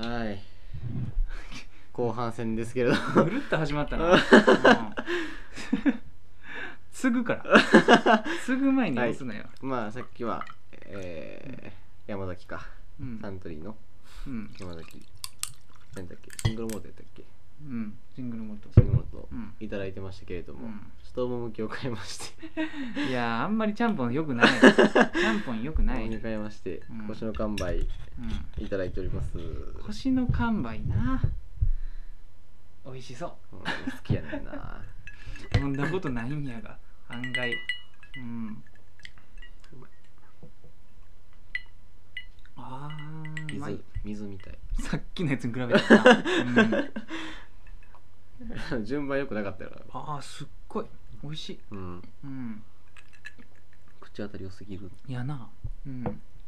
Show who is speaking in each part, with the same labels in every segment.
Speaker 1: はい後半戦ですけれど
Speaker 2: ぐるっと始まったな、うん すぐからすぐ前に押すなよ、
Speaker 1: まあさっきは、えー、山崎か
Speaker 2: うん
Speaker 1: サントリーの
Speaker 2: うん
Speaker 1: 山崎なんだっけシングルモートやったっけ
Speaker 2: うんシングルモルト
Speaker 1: シングルモート
Speaker 2: うん
Speaker 1: いただいてましたけれども、
Speaker 2: うん
Speaker 1: ちょっと趣を変えまして
Speaker 2: いやーあんまりちゃんぽんよく ないちゃんぽんよくない、
Speaker 1: 趣
Speaker 2: う
Speaker 1: を変えまして、
Speaker 2: うん
Speaker 1: 腰の完売
Speaker 2: ん、
Speaker 1: いただいております、
Speaker 2: 腰の完売な美味しそ
Speaker 1: うん好きやねんな
Speaker 2: う飲んだことないんやが案外うん
Speaker 1: うまい
Speaker 2: あーうまい
Speaker 1: 水水みたい
Speaker 2: さっきのやつに比べた ら、うん、
Speaker 1: 順番良くなかったよな
Speaker 2: あーすっごい美味しい
Speaker 1: うん
Speaker 2: うん
Speaker 1: 口当たり良すぎる
Speaker 2: いやなうん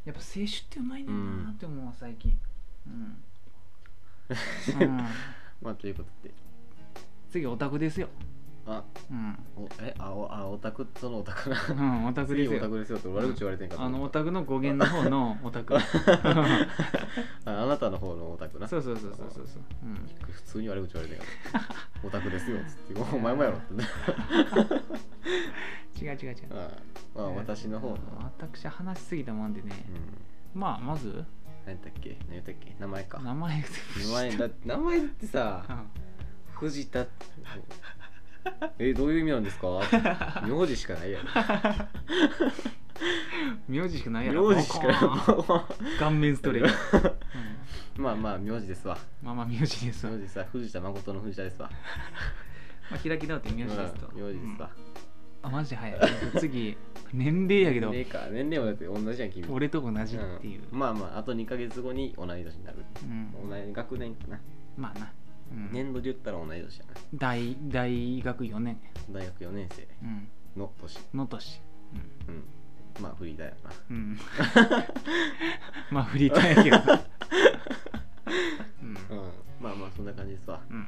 Speaker 2: やっぱ清酒ってうまいねんなって思うわ最近うん、 うん、
Speaker 1: まあということで
Speaker 2: 次オタクですよ
Speaker 1: あ
Speaker 2: うん、
Speaker 1: おえあおあオタクそのオタクな
Speaker 2: うん、オタクで
Speaker 1: 次
Speaker 2: す
Speaker 1: オタ
Speaker 2: よ
Speaker 1: クですよって悪口言われてんかと
Speaker 2: あの
Speaker 1: 思
Speaker 2: オ
Speaker 1: った
Speaker 2: タクの語源の方 のオ タク
Speaker 1: ああなたの方のオタクな
Speaker 2: そうそうそうそうそうそう、うん、
Speaker 1: 普通に悪口言われてんかとオタクですよっつってお前もや ろってね
Speaker 2: 違う違う違う
Speaker 1: ああまあ私の方の、うん、
Speaker 2: 私話しすぎたもんでね、まあまず
Speaker 1: 何やったっけ何やったっけ名前か
Speaker 2: 名前
Speaker 1: 名前だって名前って
Speaker 2: う
Speaker 1: さ
Speaker 2: ん
Speaker 1: 藤田ってえどういう意味なんですか名字しかないやろ
Speaker 2: 名字しかないやろ
Speaker 1: 名字しかない
Speaker 2: ポコーン顔面ストレート、うん
Speaker 1: まあまあ名字ですわ
Speaker 2: まあまあ名字ですわ
Speaker 1: 名字ですわ藤田誠の藤田ですわ
Speaker 2: まあ、開き直って名字ですと。
Speaker 1: うん名字ですわ、
Speaker 2: うんあ、マジで早い。 次、年齢やけど
Speaker 1: 年、齢か年齢もだって同じやん君
Speaker 2: 俺と同じっていう。
Speaker 1: うんまあまああと2か月後に同い年になる
Speaker 2: うん
Speaker 1: 同い学年かな、
Speaker 2: まあな。うん
Speaker 1: 年度で言ったら同い年や
Speaker 2: 大大学4年、
Speaker 1: な大学4年生
Speaker 2: うん、
Speaker 1: の年
Speaker 2: の年。
Speaker 1: うんまあフリーだよな
Speaker 2: うん。 うん、まあ、振りたいけど。うん
Speaker 1: うんまあまあそんな感じですわ
Speaker 2: うん。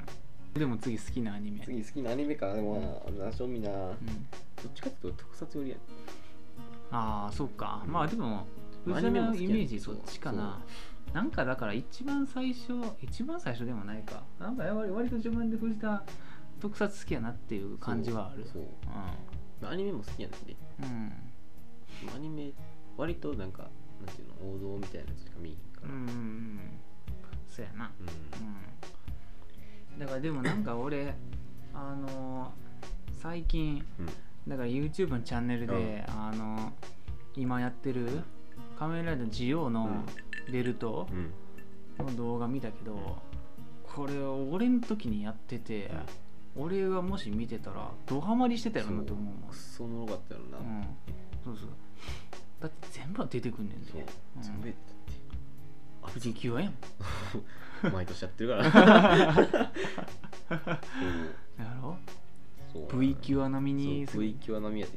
Speaker 2: でも次好きなアニメ。
Speaker 1: 次好きなアニメかでもなしょみなど
Speaker 2: うん、
Speaker 1: っちかっていうと特撮よりやん
Speaker 2: ああ、そうか。まあでも、う
Speaker 1: ア
Speaker 2: ち
Speaker 1: ニメも
Speaker 2: の
Speaker 1: 好き
Speaker 2: イ
Speaker 1: やね
Speaker 2: メージそっちかな。なんかだから一番最初、一番最初でもないか。なんか割割と自分で藤田特撮好きやなっていう感じはある。
Speaker 1: そうそうアニメも好きやねんで
Speaker 2: うん。うん。
Speaker 1: アニメ割となんかなんていうの王道みたいなやつしか見えへんか
Speaker 2: うん
Speaker 1: ら
Speaker 2: うんうん。そうやな。
Speaker 1: うん
Speaker 2: うん。だからでもなんか俺、 あのー最近、
Speaker 1: うん
Speaker 2: だから YouTube のチャンネルで、
Speaker 1: うん
Speaker 2: あのー今やってる仮面ライダージオのベルト、
Speaker 1: うん
Speaker 2: の動画見たけどこれ俺の時にやってて俺がもし見てたらドハマりしてたやろなと思うもん
Speaker 1: クソおもろかったよな、
Speaker 2: うん、そうそうだって全部は出てくんねんで
Speaker 1: そう、
Speaker 2: うん
Speaker 1: 全部やったって
Speaker 2: 藤木はやん
Speaker 1: あ 毎年やってるから
Speaker 2: やろ
Speaker 1: そう
Speaker 2: V キュア並みに
Speaker 1: そう V キュア並みやで、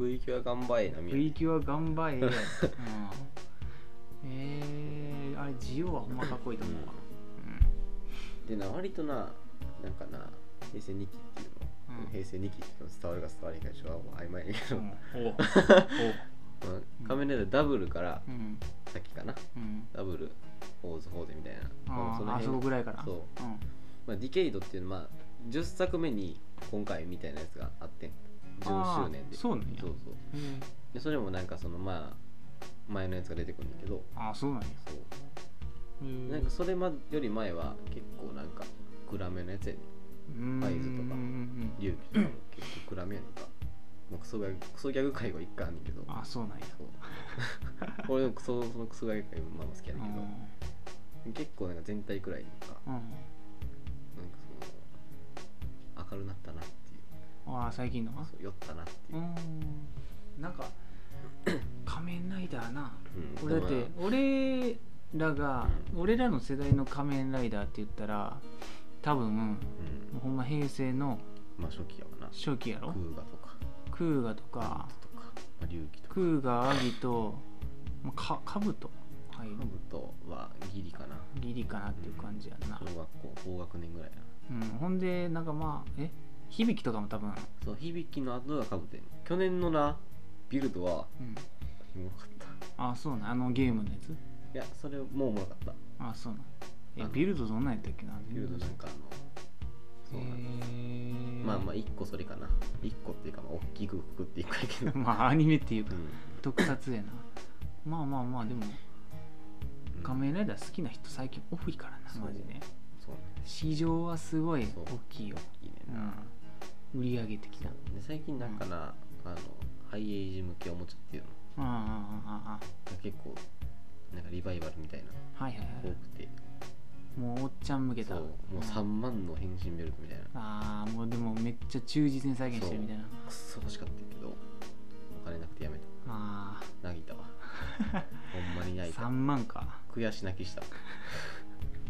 Speaker 1: V キュア頑張れ
Speaker 2: うん、
Speaker 1: 並み
Speaker 2: V
Speaker 1: や
Speaker 2: キュア頑張れ、 うん、えー、あれジオはほんまかっこいいと思うわ、
Speaker 1: でな割とななんかな平成2期っていうの、
Speaker 2: うん
Speaker 1: 平成2期っていうの伝わるか伝わらへんかちょっと曖昧やけ
Speaker 2: う
Speaker 1: ど、
Speaker 2: んうん、おうおう
Speaker 1: まあ仮面ライダーダブルから
Speaker 2: うん
Speaker 1: さっきかな
Speaker 2: うん
Speaker 1: ダブルフォーズフォーゼみたいな、 ま
Speaker 2: あ
Speaker 1: の
Speaker 2: ーあそこぐらいかな
Speaker 1: そう
Speaker 2: うん、
Speaker 1: まあ、ディケイドっていうのは、まあ、10作目に今回みたいなやつがあってん10周年で
Speaker 2: あーそうなんや
Speaker 1: そうそう
Speaker 2: うん
Speaker 1: でそれもなんかそのまあ前のやつが出てくるんだけど
Speaker 2: ああそうなんや
Speaker 1: そう
Speaker 2: うん
Speaker 1: なんかそれまより前は結構なんか暗めのやつや ね
Speaker 2: 合
Speaker 1: 合図とか龍騎とかも結構暗めやねんか、まあ、クソガクソギャグ界は一回あんねんけど
Speaker 2: あそうなんや
Speaker 1: そう俺のクソそのクソギャグ界もまあまあ好きやねんけど結構なんか全体くらいなんか
Speaker 2: うんうん
Speaker 1: なんかその明るなったなっていう
Speaker 2: ああ最近のは
Speaker 1: そう酔ったなっていう
Speaker 2: う、んなんか 仮面ライダーな
Speaker 1: うん
Speaker 2: 俺だって俺らが俺らの世代の仮面ライダーって言ったら多分も
Speaker 1: うん
Speaker 2: うほんま平成の
Speaker 1: まあ初期やわな
Speaker 2: 初期やろ
Speaker 1: 空ガとか
Speaker 2: クーガとか
Speaker 1: とか、まあ、龍騎とか
Speaker 2: クーガアギとまあかカブト入る
Speaker 1: カブトはギリかな
Speaker 2: ギリかなっていう感じやんな
Speaker 1: 小学校高学年ぐらいやな
Speaker 2: うんほんでなんかまあえ響きとかも多分
Speaker 1: そう響きの後がかぶってん去年のなビルドは
Speaker 2: うん
Speaker 1: おもろかった
Speaker 2: あそうなんあのゲームのやつ
Speaker 1: いやそれもうおもろかった
Speaker 2: あそうなんえ
Speaker 1: あの
Speaker 2: ビルドどんなんやったっけな
Speaker 1: フィールドなんかあのそうなんです、
Speaker 2: へー、
Speaker 1: まあまあ1個それかな1個っていうかまあ大きくくくっていくやけど
Speaker 2: まあアニメっていう
Speaker 1: う
Speaker 2: か
Speaker 1: ん
Speaker 2: 特撮やなまあまあまあでも
Speaker 1: うん
Speaker 2: 仮面ライダー好きな人最近多いから
Speaker 1: そう
Speaker 2: なマジで
Speaker 1: そうなんだ
Speaker 2: 市場はすごい
Speaker 1: そう
Speaker 2: 大きいよ、
Speaker 1: いいねんな、
Speaker 2: うん、売り上げてきた
Speaker 1: で最近なんかな、あのハイエイジ向けおもちゃっていうの
Speaker 2: あああああ
Speaker 1: が結構なんかリバイバルみたいな
Speaker 2: あはいはいは
Speaker 1: 多くて
Speaker 2: いもうおっちゃん向け
Speaker 1: そ
Speaker 2: た
Speaker 1: うもう3万の変身ベルトみたいな
Speaker 2: ああもうでもめっちゃ忠実に再現してるみたいな
Speaker 1: くっそ欲しかったけどお金なくてやめた
Speaker 2: あ
Speaker 1: なぎた わほんまに
Speaker 2: あ
Speaker 1: 泣い
Speaker 2: 3
Speaker 1: た
Speaker 2: 万か
Speaker 1: 悔し泣きした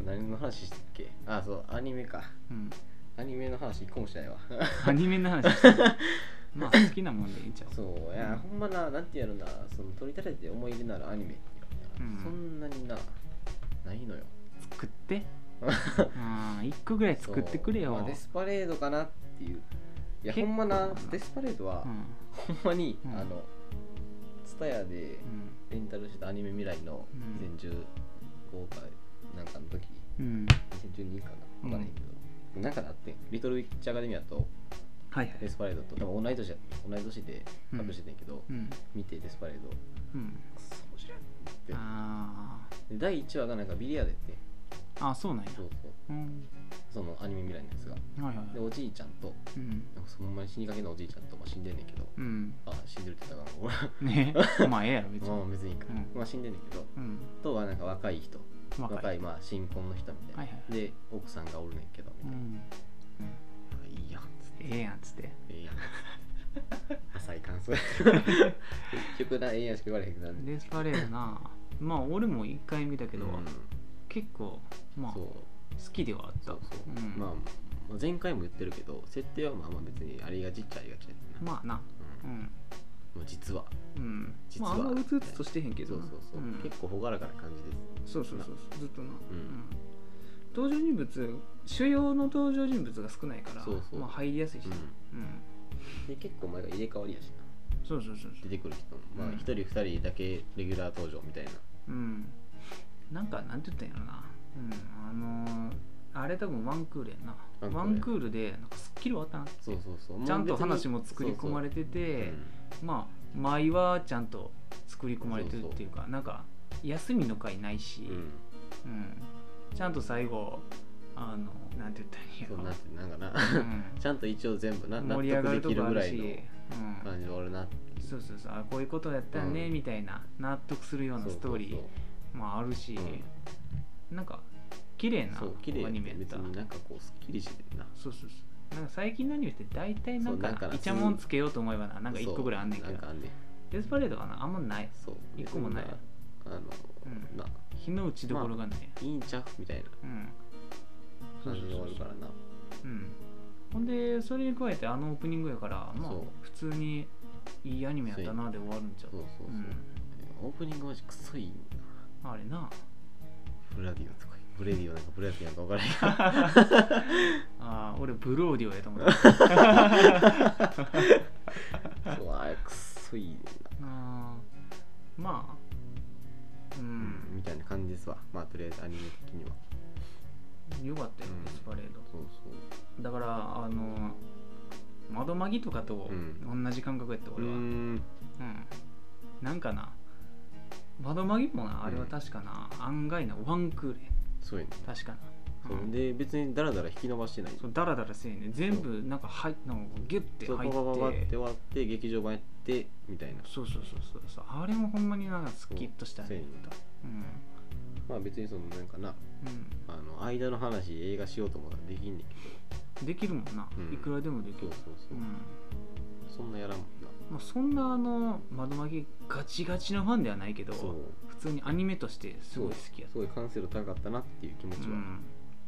Speaker 1: 何の話したっけあそうアニメか
Speaker 2: うん
Speaker 1: アニメの話一個もしないわ
Speaker 2: アニメの話してるまあ好きなもんでいいんちゃう
Speaker 1: そういや、ほんまななんてやろなその取り立てて思い出のあるアニメっていうのはな
Speaker 2: うん
Speaker 1: そんなになないのよ
Speaker 2: 作っ てあ1個ぐらい作ってくれよ
Speaker 1: そうまあデスパレードかなっていういやほ
Speaker 2: 結構
Speaker 1: んまな
Speaker 2: な
Speaker 1: デスパレードは、
Speaker 2: うん
Speaker 1: ほんまに、
Speaker 2: うん
Speaker 1: あのツタヤでレンタルしたアニメ未来の
Speaker 2: うん
Speaker 1: 2015かなんかの時
Speaker 2: うん、うん、
Speaker 1: 2012かな分かんないけど、なんかであってんリトルウィッチアカデミアと
Speaker 2: はいはい
Speaker 1: デスパレードと多分同い年や同い年で
Speaker 2: う
Speaker 1: 発
Speaker 2: ん
Speaker 1: 表してたんやけど、
Speaker 2: うん
Speaker 1: 見てデスパレードく
Speaker 2: うん
Speaker 1: そ面白いって
Speaker 2: あ
Speaker 1: で第1話がなんかビリヤードやってん
Speaker 2: ーあそうなんや
Speaker 1: そうそう
Speaker 2: うん
Speaker 1: そのアニメ未来のやつが
Speaker 2: はいはい
Speaker 1: でおじいちゃんと
Speaker 2: うん
Speaker 1: なんかそのまに死にかけのおじいちゃんと、まあ、死んでんねんけど
Speaker 2: うん
Speaker 1: あ死んでるって言ったから
Speaker 2: ねまあええやろ別
Speaker 1: 俺ま
Speaker 2: に
Speaker 1: あ別にいいか、
Speaker 2: うん
Speaker 1: まあ死んでんねんけど
Speaker 2: うん
Speaker 1: とはなんか若い人
Speaker 2: 若
Speaker 1: 若
Speaker 2: い
Speaker 1: いまあ新婚の人みたいな、
Speaker 2: はいはい
Speaker 1: で奥さんがおるねんけど
Speaker 2: う
Speaker 1: みたいな、
Speaker 2: んうん
Speaker 1: あいいやんつって
Speaker 2: ええやんっつって
Speaker 1: ええやん 浅い感想 結局なええやんしか言われへんくなるねん
Speaker 2: デスパレードなまあ俺も1回見たけど、
Speaker 1: うん
Speaker 2: 結構まあ
Speaker 1: そう
Speaker 2: 好きではあった
Speaker 1: そうそう、
Speaker 2: ん
Speaker 1: まあまあ前回も言ってるけど設定はまあまあ別にありがちっちゃありがちやねんな、
Speaker 2: まあな
Speaker 1: う
Speaker 2: うんん
Speaker 1: もう実は
Speaker 2: うん
Speaker 1: 実
Speaker 2: ま
Speaker 1: は
Speaker 2: ああんまうつうつとしてへんけ
Speaker 1: そ
Speaker 2: ど
Speaker 1: う
Speaker 2: な
Speaker 1: そうそう、
Speaker 2: ん
Speaker 1: 結構朗らかな感じです
Speaker 2: そうそうそうずっとな、
Speaker 1: うん
Speaker 2: 登場人物主要の登場人物が少ないから
Speaker 1: そうそう
Speaker 2: まあ、入りやすいし、
Speaker 1: うん
Speaker 2: うん
Speaker 1: で結構前が入れ替わりやしな
Speaker 2: そうそうそうそ
Speaker 1: 出
Speaker 2: う
Speaker 1: てくる人もまあ
Speaker 2: うん
Speaker 1: 1人2人だけレギュラー登場みたいな
Speaker 2: うんなんかなんて言ったんやろなうんあのーあれ多分ワンクールやな
Speaker 1: ワンクール
Speaker 2: ワンクールでなんかすっきり終わったな
Speaker 1: そうそうそう
Speaker 2: ちゃんと話も作り込まれ
Speaker 1: て
Speaker 2: てて
Speaker 1: そうそう
Speaker 2: まあ舞はちゃんと作り込まれてるっていうかなんか休みの回ないし、
Speaker 1: うんうん
Speaker 2: うんちゃんと最後あのなんて言ったらいいんや
Speaker 1: そ
Speaker 2: ろ
Speaker 1: うなんてなんかな
Speaker 2: うん
Speaker 1: ちゃんと一応全部な納
Speaker 2: 盛り上が
Speaker 1: 得
Speaker 2: る
Speaker 1: で
Speaker 2: と
Speaker 1: きる
Speaker 2: こあ
Speaker 1: ぐ
Speaker 2: る
Speaker 1: ら
Speaker 2: し、
Speaker 1: いの
Speaker 2: うん、
Speaker 1: 感じは俺なって
Speaker 2: そうそうそうあこういうことやったね、
Speaker 1: うん
Speaker 2: みたいな納得するようなストーリ
Speaker 1: そうそう
Speaker 2: ーもあるし、なんか綺麗な
Speaker 1: そうそう綺麗
Speaker 2: ア
Speaker 1: や
Speaker 2: ニ
Speaker 1: ね
Speaker 2: メやった
Speaker 1: 別になんかこうすっきりしてるな
Speaker 2: そうそうそうなんか最近のアニメって大体なん
Speaker 1: そうなんか
Speaker 2: か
Speaker 1: な
Speaker 2: イチャモンつけようと思えばななんか1個ぐらいあんねんけ
Speaker 1: そう
Speaker 2: ど
Speaker 1: なんかあんねん
Speaker 2: デスパレードはなあんまない
Speaker 1: そう
Speaker 2: 一個もない
Speaker 1: 別になあの
Speaker 2: うん
Speaker 1: な
Speaker 2: 日の打ちどころがない、
Speaker 1: いいんちゃうみたいな
Speaker 2: うんそうそ
Speaker 1: 感じ
Speaker 2: う
Speaker 1: で終わるからな
Speaker 2: うんほんでそれに加えてあのオープニングやからまあ
Speaker 1: そう
Speaker 2: 普通にいいアニメやったなで終わるんちゃう
Speaker 1: そうそうそううんオープニングマジクソいいな
Speaker 2: あれな
Speaker 1: ブラディオとかブレディオなんかブレディオなんか分からへんけど
Speaker 2: あー俺ブローディオやと思った
Speaker 1: うわあくっそいいねんな、
Speaker 2: あーまあう
Speaker 1: うん
Speaker 2: ん、
Speaker 1: みたいな感じですわまあとりあえずアニメ的には
Speaker 2: よかったよ
Speaker 1: うん
Speaker 2: デスパレード
Speaker 1: そうそ
Speaker 2: だからあの窓まぎとかと
Speaker 1: うん
Speaker 2: 同じ感覚やった
Speaker 1: う
Speaker 2: 俺
Speaker 1: う
Speaker 2: は、
Speaker 1: ー
Speaker 2: うん
Speaker 1: ん
Speaker 2: なんかな窓まぎもなあれは確かな、案外なワンクールや
Speaker 1: そうやね
Speaker 2: 確かな、
Speaker 1: そううんで別にダラダラ引き伸ばしてない
Speaker 2: そうダラダラせえへんね全部なんか入っなんかギュッて
Speaker 1: そうパ
Speaker 2: 入
Speaker 1: パ
Speaker 2: って
Speaker 1: パパパって終わって劇場版やってみたいな
Speaker 2: そうそうそうそうそうあれもほんまになんかスキッとした
Speaker 1: そうや
Speaker 2: ね
Speaker 1: ねんな
Speaker 2: うん
Speaker 1: まあ別にそのなんかな
Speaker 2: うん
Speaker 1: あの間の話映画しようと思ったらできんねんけ
Speaker 2: できるもんな、
Speaker 1: うん
Speaker 2: いくらでもでき
Speaker 1: どそ
Speaker 2: る
Speaker 1: うそ
Speaker 2: う
Speaker 1: うそう、
Speaker 2: ん
Speaker 1: そんなやらんもんな
Speaker 2: まあ、そんなあの窓まぎガチガチのファンではないけど
Speaker 1: そう
Speaker 2: 普通にアニメとしてすごい好きやっ
Speaker 1: すごい完成度高かったなっていう気持
Speaker 2: た、
Speaker 1: ち
Speaker 2: う
Speaker 1: は
Speaker 2: ん、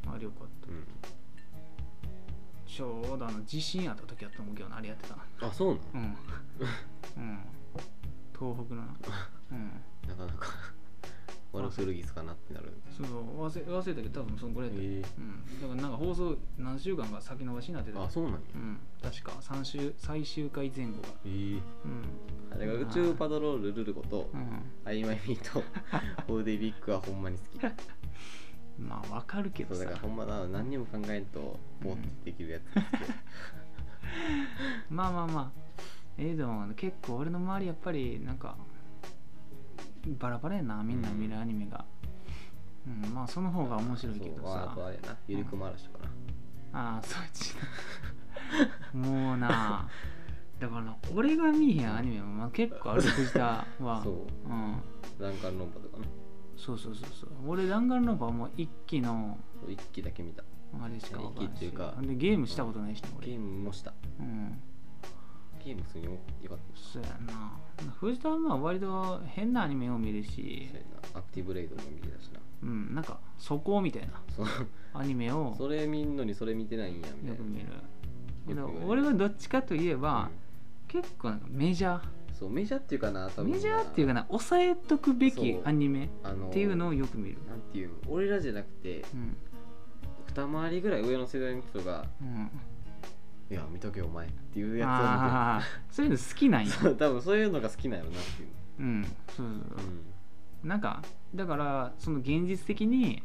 Speaker 2: あれよかった
Speaker 1: うん
Speaker 2: ちょうどあの地震あった時やったと思うけどなあれやってたな
Speaker 1: あそう
Speaker 2: うん うん東北のなうん
Speaker 1: なんなかなか ワルスルギスかなってなる
Speaker 2: そう忘れ忘れたけど多分そのぐらいやった
Speaker 1: え
Speaker 2: うん、だからなんか放送何週間か先延ばしになってた
Speaker 1: あそうなんや
Speaker 2: うん、確か3週最終回前後が
Speaker 1: えー
Speaker 2: うん、
Speaker 1: あれが宇宙パトロールルルコと
Speaker 2: うん、
Speaker 1: アイマイミーとオーデイビックはほんまに好き。
Speaker 2: まあわかるけど
Speaker 1: そう
Speaker 2: さ
Speaker 1: だからほんまだ何にも考えんとぼーってできるやつ
Speaker 2: まあまあまあえー、でも結構俺の周りやっぱりなんかバラバラやなみんな見るアニメが、うんまあその方が面白いけど
Speaker 1: そう あ
Speaker 2: さ
Speaker 1: とあれやなゆりくま嵐とかな
Speaker 2: ああそっち なもうなだからな俺が見えへんアニメもまあ結構ある藤田は
Speaker 1: そう
Speaker 2: うん、
Speaker 1: 弾丸論破とかな
Speaker 2: そうそうそうそう俺弾丸論破はもう一期の
Speaker 1: 一期だけ見た
Speaker 2: あれしか分からん
Speaker 1: 一期って
Speaker 2: し
Speaker 1: いうか
Speaker 2: でゲームしたことないしね俺
Speaker 1: ゲームもした
Speaker 2: うん
Speaker 1: ゲーム普通によかった
Speaker 2: そうやな藤田はまあ割と変なアニメを見るし
Speaker 1: そうやなアクティブレイドも見てたしな
Speaker 2: うんなんかそこみたいな
Speaker 1: そう
Speaker 2: アニメを
Speaker 1: それ見んのにそれ見てないんやみた
Speaker 2: よ
Speaker 1: い
Speaker 2: く
Speaker 1: な
Speaker 2: 見るけど
Speaker 1: よく見る
Speaker 2: 俺はどっちかといえば、
Speaker 1: う
Speaker 2: 結構なんかメジャ
Speaker 1: んそうメジャーっていうかな
Speaker 2: ー
Speaker 1: 多分な
Speaker 2: メジャーっていうかな抑えとくべき
Speaker 1: そう
Speaker 2: アニメ
Speaker 1: あの
Speaker 2: っていうのをよく見る
Speaker 1: なんていう俺らじゃなくて
Speaker 2: うん
Speaker 1: 二回りぐらい上の世代の人が
Speaker 2: うん
Speaker 1: 「いや見とけお前」っていうやつを見て
Speaker 2: ああーそういうの好きなんや
Speaker 1: そう多分そういうのが好きなんやろなっていう、
Speaker 2: うんそうそうそうなんかだからその現実的に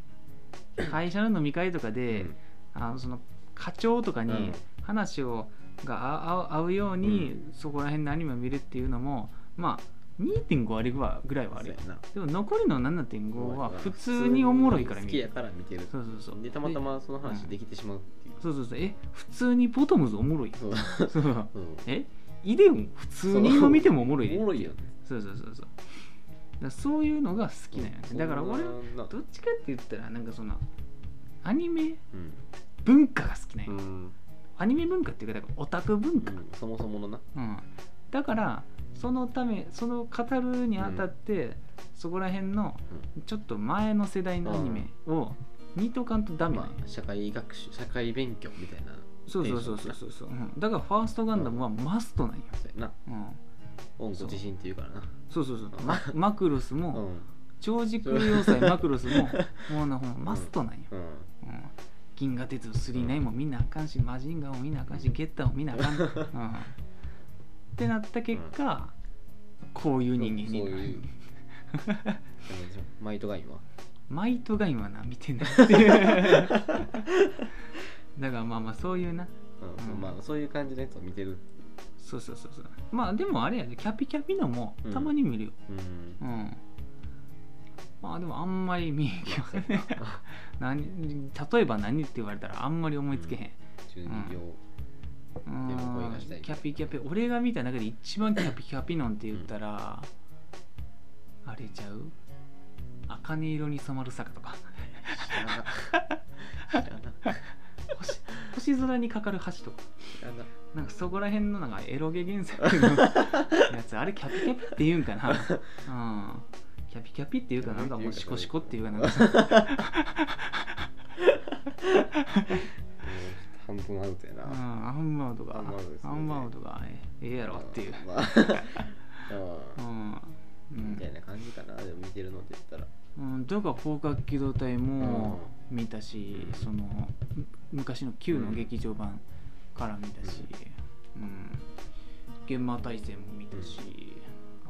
Speaker 2: 会社の飲み会とかで、
Speaker 1: うん
Speaker 2: あのその課長とか
Speaker 1: うん
Speaker 2: に話をが合う合うように、そこら辺のアニメを見るっていうのもまあ2.5割ぐらいぐらいはあるよ
Speaker 1: そうやな
Speaker 2: でも残りの7.5は普通におもろいから
Speaker 1: 好
Speaker 2: 見
Speaker 1: き
Speaker 2: る
Speaker 1: やから見てる
Speaker 2: そうそうそう
Speaker 1: でたまたまその話できてしまうっていう、
Speaker 2: そうそうそうえ普通にボトムズおもろいよ
Speaker 1: そう
Speaker 2: そう
Speaker 1: うん
Speaker 2: えイデオン普通に今見てもおもろいで
Speaker 1: おもろいよ
Speaker 2: そうそうそうそうだからそういうのが好きなんよねだから俺
Speaker 1: そ
Speaker 2: ど
Speaker 1: んな
Speaker 2: っちかって言ったらなんかそのアニメ
Speaker 1: うん、
Speaker 2: 文化が好きなん
Speaker 1: う
Speaker 2: よ、
Speaker 1: ん
Speaker 2: アニメ文化っていうかだからオタク文化、
Speaker 1: うんそもそものな
Speaker 2: うん、だからそのためその語るにあたって、そこら辺のちょっと前の世代のアニメを見とかんとダメなんや、
Speaker 1: まあ、社会学習社会勉強みたいな
Speaker 2: そうそうそうそうそうそう、うん、だから「ファーストガンダム」はマストなんよ、
Speaker 1: そうやな
Speaker 2: うん、
Speaker 1: 音符自身っていうからな
Speaker 2: そうそうそう
Speaker 1: うん
Speaker 2: ママクロス
Speaker 1: う
Speaker 2: も、
Speaker 1: ん
Speaker 2: 超時空要塞マクロスももうなほんまマストなんよ、
Speaker 1: うん
Speaker 2: うん、銀河鉄道39も見なあかんし、マジンガーも見なあかんしゲッターも見なあかん、うん、ってなった結果、こういう人間に
Speaker 1: そう
Speaker 2: なる
Speaker 1: いうマイトガインは
Speaker 2: マイトガインはな見てないっていう だからまあまあそういうな
Speaker 1: うん、
Speaker 2: うん
Speaker 1: まあそういう感じのやつを見てる
Speaker 2: そうそうそうそうまあでもあれやでキャピキャピのも
Speaker 1: うん
Speaker 2: たまに見るよ
Speaker 1: うん
Speaker 2: うん、まあでもあんまり見えんけど
Speaker 1: まあそうや な
Speaker 2: 何例えば何って言われたらあんまり思いつけへん、
Speaker 1: 12秒
Speaker 2: うん
Speaker 1: でも声がしたい
Speaker 2: キャピキャピ俺が見た中で一番キャピキャピのんって言ったら、あれちゃう茜色に染まる坂とか
Speaker 1: 知らな知らな
Speaker 2: 星星空にかかる橋とか
Speaker 1: 知らな
Speaker 2: なんかそこら辺のなんかエロゲ原作のやつあれキャピキャピって言うんかな、うん、キャピキャピっていうかなんかもうシコシコっていう かなんかさ
Speaker 1: 半分アウトやな、
Speaker 2: うんアンバウドが
Speaker 1: アンバウドですね
Speaker 2: アンバウドがえええやろっていう、
Speaker 1: まあ、
Speaker 2: う
Speaker 1: うん
Speaker 2: う
Speaker 1: み
Speaker 2: ん
Speaker 1: たいな感じかなでも見てるのって言ったら
Speaker 2: うん、だから広角機動隊も見たし、
Speaker 1: うん
Speaker 2: そのむ昔の旧の劇場版から見たし、うん現場大戦も見たし、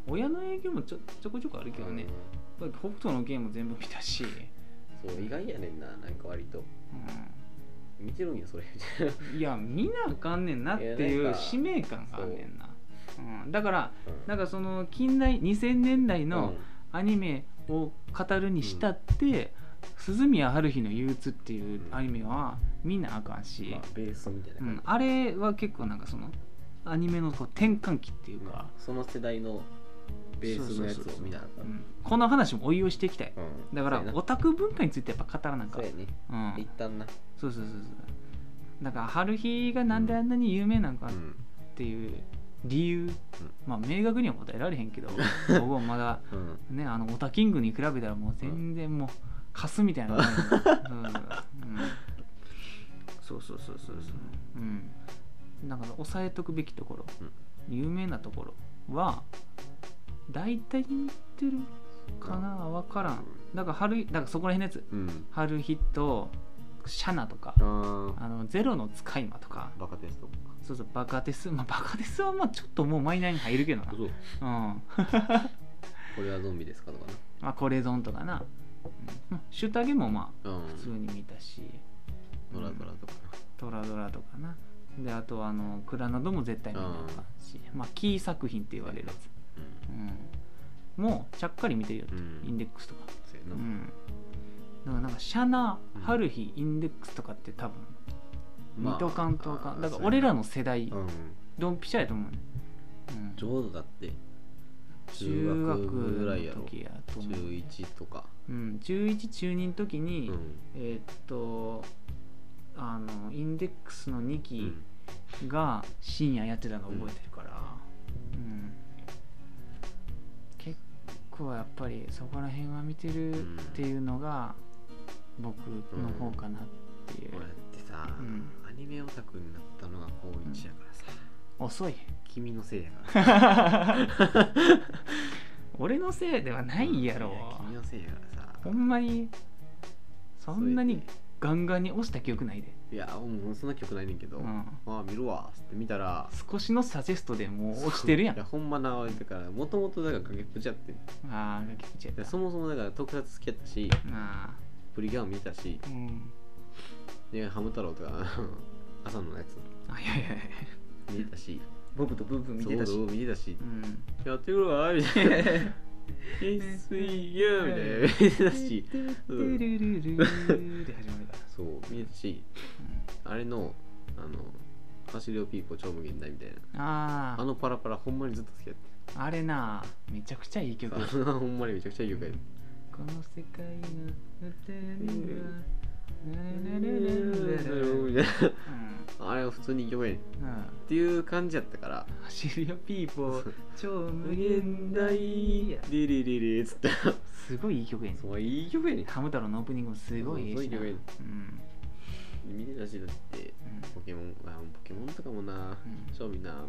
Speaker 2: 親の影響もちょちょこちょこあるけどね、やっぱり北斗のゲーム全部見たし、
Speaker 1: うんそう意外やねんななんか割と見てるんや それみたいな
Speaker 2: うん、いや見なあかんねんなって
Speaker 1: いや
Speaker 2: い
Speaker 1: なん
Speaker 2: う
Speaker 1: か
Speaker 2: 使命感があんねんな、うん、だから
Speaker 1: うん
Speaker 2: なんかその近代2000年代の、
Speaker 1: うん
Speaker 2: アニメを語るにしたって「鈴宮春日の憂鬱」っていうアニメは見なあかんし
Speaker 1: まあ、、ベースみたいな
Speaker 2: うん
Speaker 1: 感、
Speaker 2: あれは結構なんかそのアニメのこう転換期っていう
Speaker 1: じ、
Speaker 2: か
Speaker 1: ま、あその世代のベースのやつを見なあか
Speaker 2: うんんこの話もおいおいしていきたい
Speaker 1: うん
Speaker 2: だから
Speaker 1: そうやな
Speaker 2: オタク文化についてやっぱ語らなあか
Speaker 1: そ
Speaker 2: ん
Speaker 1: うやね
Speaker 2: うん
Speaker 1: 一旦な
Speaker 2: そうそうそうそうだから春日がなんであんなに有名なんか
Speaker 1: うん
Speaker 2: っていう理由、まあ明確には答えられへんけ ど僕はまだ
Speaker 1: うん
Speaker 2: ね、あのオタキングに比べたらもう全然もうカスみたいなもんやうんうんそうそうそうそうそううんだから抑えとくべきところ、有名なところは大体似てるかな分からんだから春だからそこら辺のやつ
Speaker 1: うん
Speaker 2: 春ヒットシャナとか
Speaker 1: あ
Speaker 2: あのゼロの使い魔とか
Speaker 1: ーバカテスト
Speaker 2: そうそうバカデスまあバカデスはまあちょっともうマイナーに入るけどな
Speaker 1: そう
Speaker 2: うん
Speaker 1: これはゾンビですかとかな
Speaker 2: まあ、これぞんとかな、うんシュタゲもま
Speaker 1: う
Speaker 2: あ
Speaker 1: ん
Speaker 2: 普通に見たし、
Speaker 1: ドラドラとか
Speaker 2: トラドラとかなであとはあのクラなども絶対見なあかんし、まあキー作品って言われるやつ、うん、もうちゃっかり見てるよ
Speaker 1: なうんうん
Speaker 2: インデックスとか
Speaker 1: そうや
Speaker 2: う
Speaker 1: なん
Speaker 2: だからなんかシャナ
Speaker 1: うん
Speaker 2: 春日インデックスとかって多分
Speaker 1: ま
Speaker 2: 見
Speaker 1: あ
Speaker 2: とかんとか
Speaker 1: あ
Speaker 2: ん
Speaker 1: ー
Speaker 2: だから
Speaker 1: そうや
Speaker 2: 俺
Speaker 1: な
Speaker 2: らの世代
Speaker 1: うん
Speaker 2: ドンピシャやと思うね、うん
Speaker 1: ちょうどだって
Speaker 2: 中
Speaker 1: 中
Speaker 2: 学
Speaker 1: 学ぐらいや
Speaker 2: の
Speaker 1: ろ
Speaker 2: 時やと思う、
Speaker 1: 中一とか
Speaker 2: うん、11中2の時
Speaker 1: う
Speaker 2: に、
Speaker 1: ん
Speaker 2: えーっとあのインデックスの2
Speaker 1: う
Speaker 2: 期
Speaker 1: ん
Speaker 2: が深夜やってたの覚えてるから、うん結構やっぱりそこら辺は見てるっていうのが僕の方かなっていう、
Speaker 1: 俺ってさ
Speaker 2: うん
Speaker 1: アニメオタクになったのが高一やからさ
Speaker 2: 遅い
Speaker 1: 君のせいやから
Speaker 2: 俺のせいでは ないやろ、
Speaker 1: い君のせいやからさ
Speaker 2: ほんまにそんなにガンガンに押した記憶ないで、
Speaker 1: いやもうそんな曲ないねんけど、
Speaker 2: うん、
Speaker 1: まあ見るわっつって見たら
Speaker 2: 少しのサジェストでもう落ちてるやん
Speaker 1: いやほんまなだからもともとだから崖っぷちやってん
Speaker 2: ああガキピチやっ
Speaker 1: で
Speaker 2: た
Speaker 1: そもそもだから特撮好きやったし
Speaker 2: あ
Speaker 1: プリギャン見たし
Speaker 2: あうん
Speaker 1: でハム太郎とか あの朝のやつ
Speaker 2: あいやいやいや
Speaker 1: 見てたし
Speaker 2: 僕とブーブー見てたし
Speaker 1: そうう見てたし
Speaker 2: ん
Speaker 1: やってくるわ みたいな「え水曜」みたいな見てたし
Speaker 2: トゥルルルルで始まるから
Speaker 1: そう見てたしあれのあの「走りをピーポー超無限大」みたいな
Speaker 2: あ
Speaker 1: あ
Speaker 2: あ
Speaker 1: のパラパラほんまにずっと好きやって
Speaker 2: あれなめちゃくちゃいい曲
Speaker 1: あの ほんまにめちゃくちゃいい曲やって
Speaker 2: この世界の歌にはうん
Speaker 1: あれは普通にいい曲やねんっ
Speaker 2: うん
Speaker 1: ていう感じやったから
Speaker 2: 走るよピーポー超無限大や
Speaker 1: リリリリっつって
Speaker 2: すごいいい曲やね
Speaker 1: そういい曲やねん
Speaker 2: ハム太郎のオープニングもすごいいい
Speaker 1: そうい
Speaker 2: し
Speaker 1: い
Speaker 2: な
Speaker 1: 曲やねん
Speaker 2: うん
Speaker 1: 見てたしだって
Speaker 2: うん
Speaker 1: ポケモンあポケモンとかもな
Speaker 2: うん
Speaker 1: 正味なあの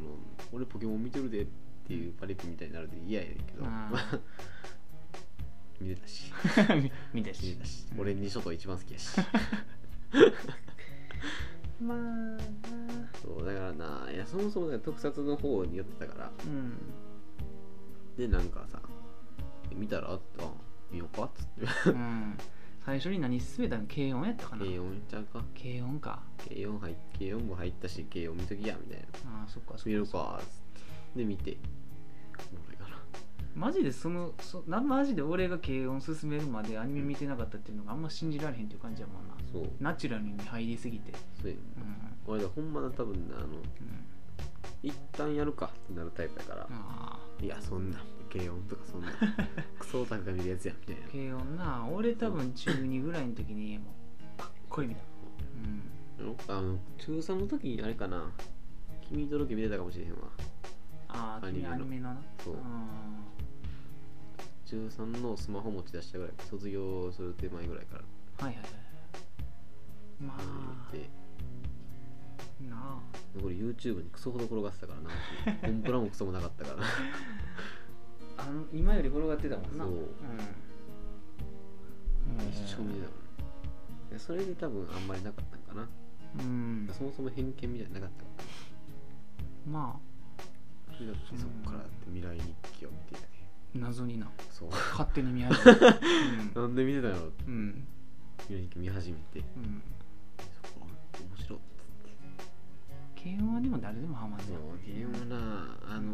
Speaker 1: 俺ポケモン見てるでっていうパレットみたいになるで嫌やねんけど
Speaker 2: あー
Speaker 1: 見てたし
Speaker 2: 見た
Speaker 1: 見
Speaker 2: して
Speaker 1: たし俺二ショット一番好きやし
Speaker 2: まあ
Speaker 1: そうだからないやそもそもね特撮の方に寄ってたから
Speaker 2: うん
Speaker 1: でなんかさ見たらあった見ようかっつって
Speaker 2: うん最初に何進めたの軽音やったかな
Speaker 1: 軽音いっちゃうか
Speaker 2: 軽音か
Speaker 1: 軽音入っ軽音も入ったし軽音見ときやみたいな
Speaker 2: ああそっかそ
Speaker 1: 見
Speaker 2: っ
Speaker 1: る
Speaker 2: か
Speaker 1: かっつってで見ておもろいかな
Speaker 2: マジでそのそなマジで俺が軽音進めるまでアニメ見てなかったっていうのがあんま信じられへんっていう感じやもんな
Speaker 1: そう
Speaker 2: ナチュラルに入りすぎて
Speaker 1: そうやね
Speaker 2: うん、
Speaker 1: 俺だほんまな多分なあの
Speaker 2: うん、
Speaker 1: 一旦やるかってなるタイプやから、
Speaker 2: あ
Speaker 1: いやそんなん軽音と かそんなんクソオタクが見るやつやみたいな
Speaker 2: あ軽音な俺多分中2ぐらいの時にもうかっこいいみたいなうん
Speaker 1: あの中3の時にあれかな君とロケ見てたかもしれへんわ
Speaker 2: ああ
Speaker 1: アニメ
Speaker 2: 君
Speaker 1: の
Speaker 2: アニメのな
Speaker 1: そう
Speaker 2: うん
Speaker 1: 中3のスマホ持ち出したぐらい卒業する手前ぐらいから
Speaker 2: はいはいはいまあ
Speaker 1: 見て
Speaker 2: な
Speaker 1: これ YouTube にクソほど転がってたからなコンプラもクソもなかったから
Speaker 2: ああの今より転がってたもんな
Speaker 1: そうん一生見てたもんでそれで多分あんまりなかったんかな
Speaker 2: うん
Speaker 1: そもそも偏見みたいなのなかったから
Speaker 2: まあ
Speaker 1: それだってそっからだって未来日記を見てたね
Speaker 2: 謎に な
Speaker 1: そう
Speaker 2: 勝手に見合いうん
Speaker 1: なんで見てたんやろって
Speaker 2: うん
Speaker 1: 未来日記見始めて
Speaker 2: うん
Speaker 1: そこ面白いっつって
Speaker 2: 軽音はでも誰でもハマる
Speaker 1: そうゲームなあの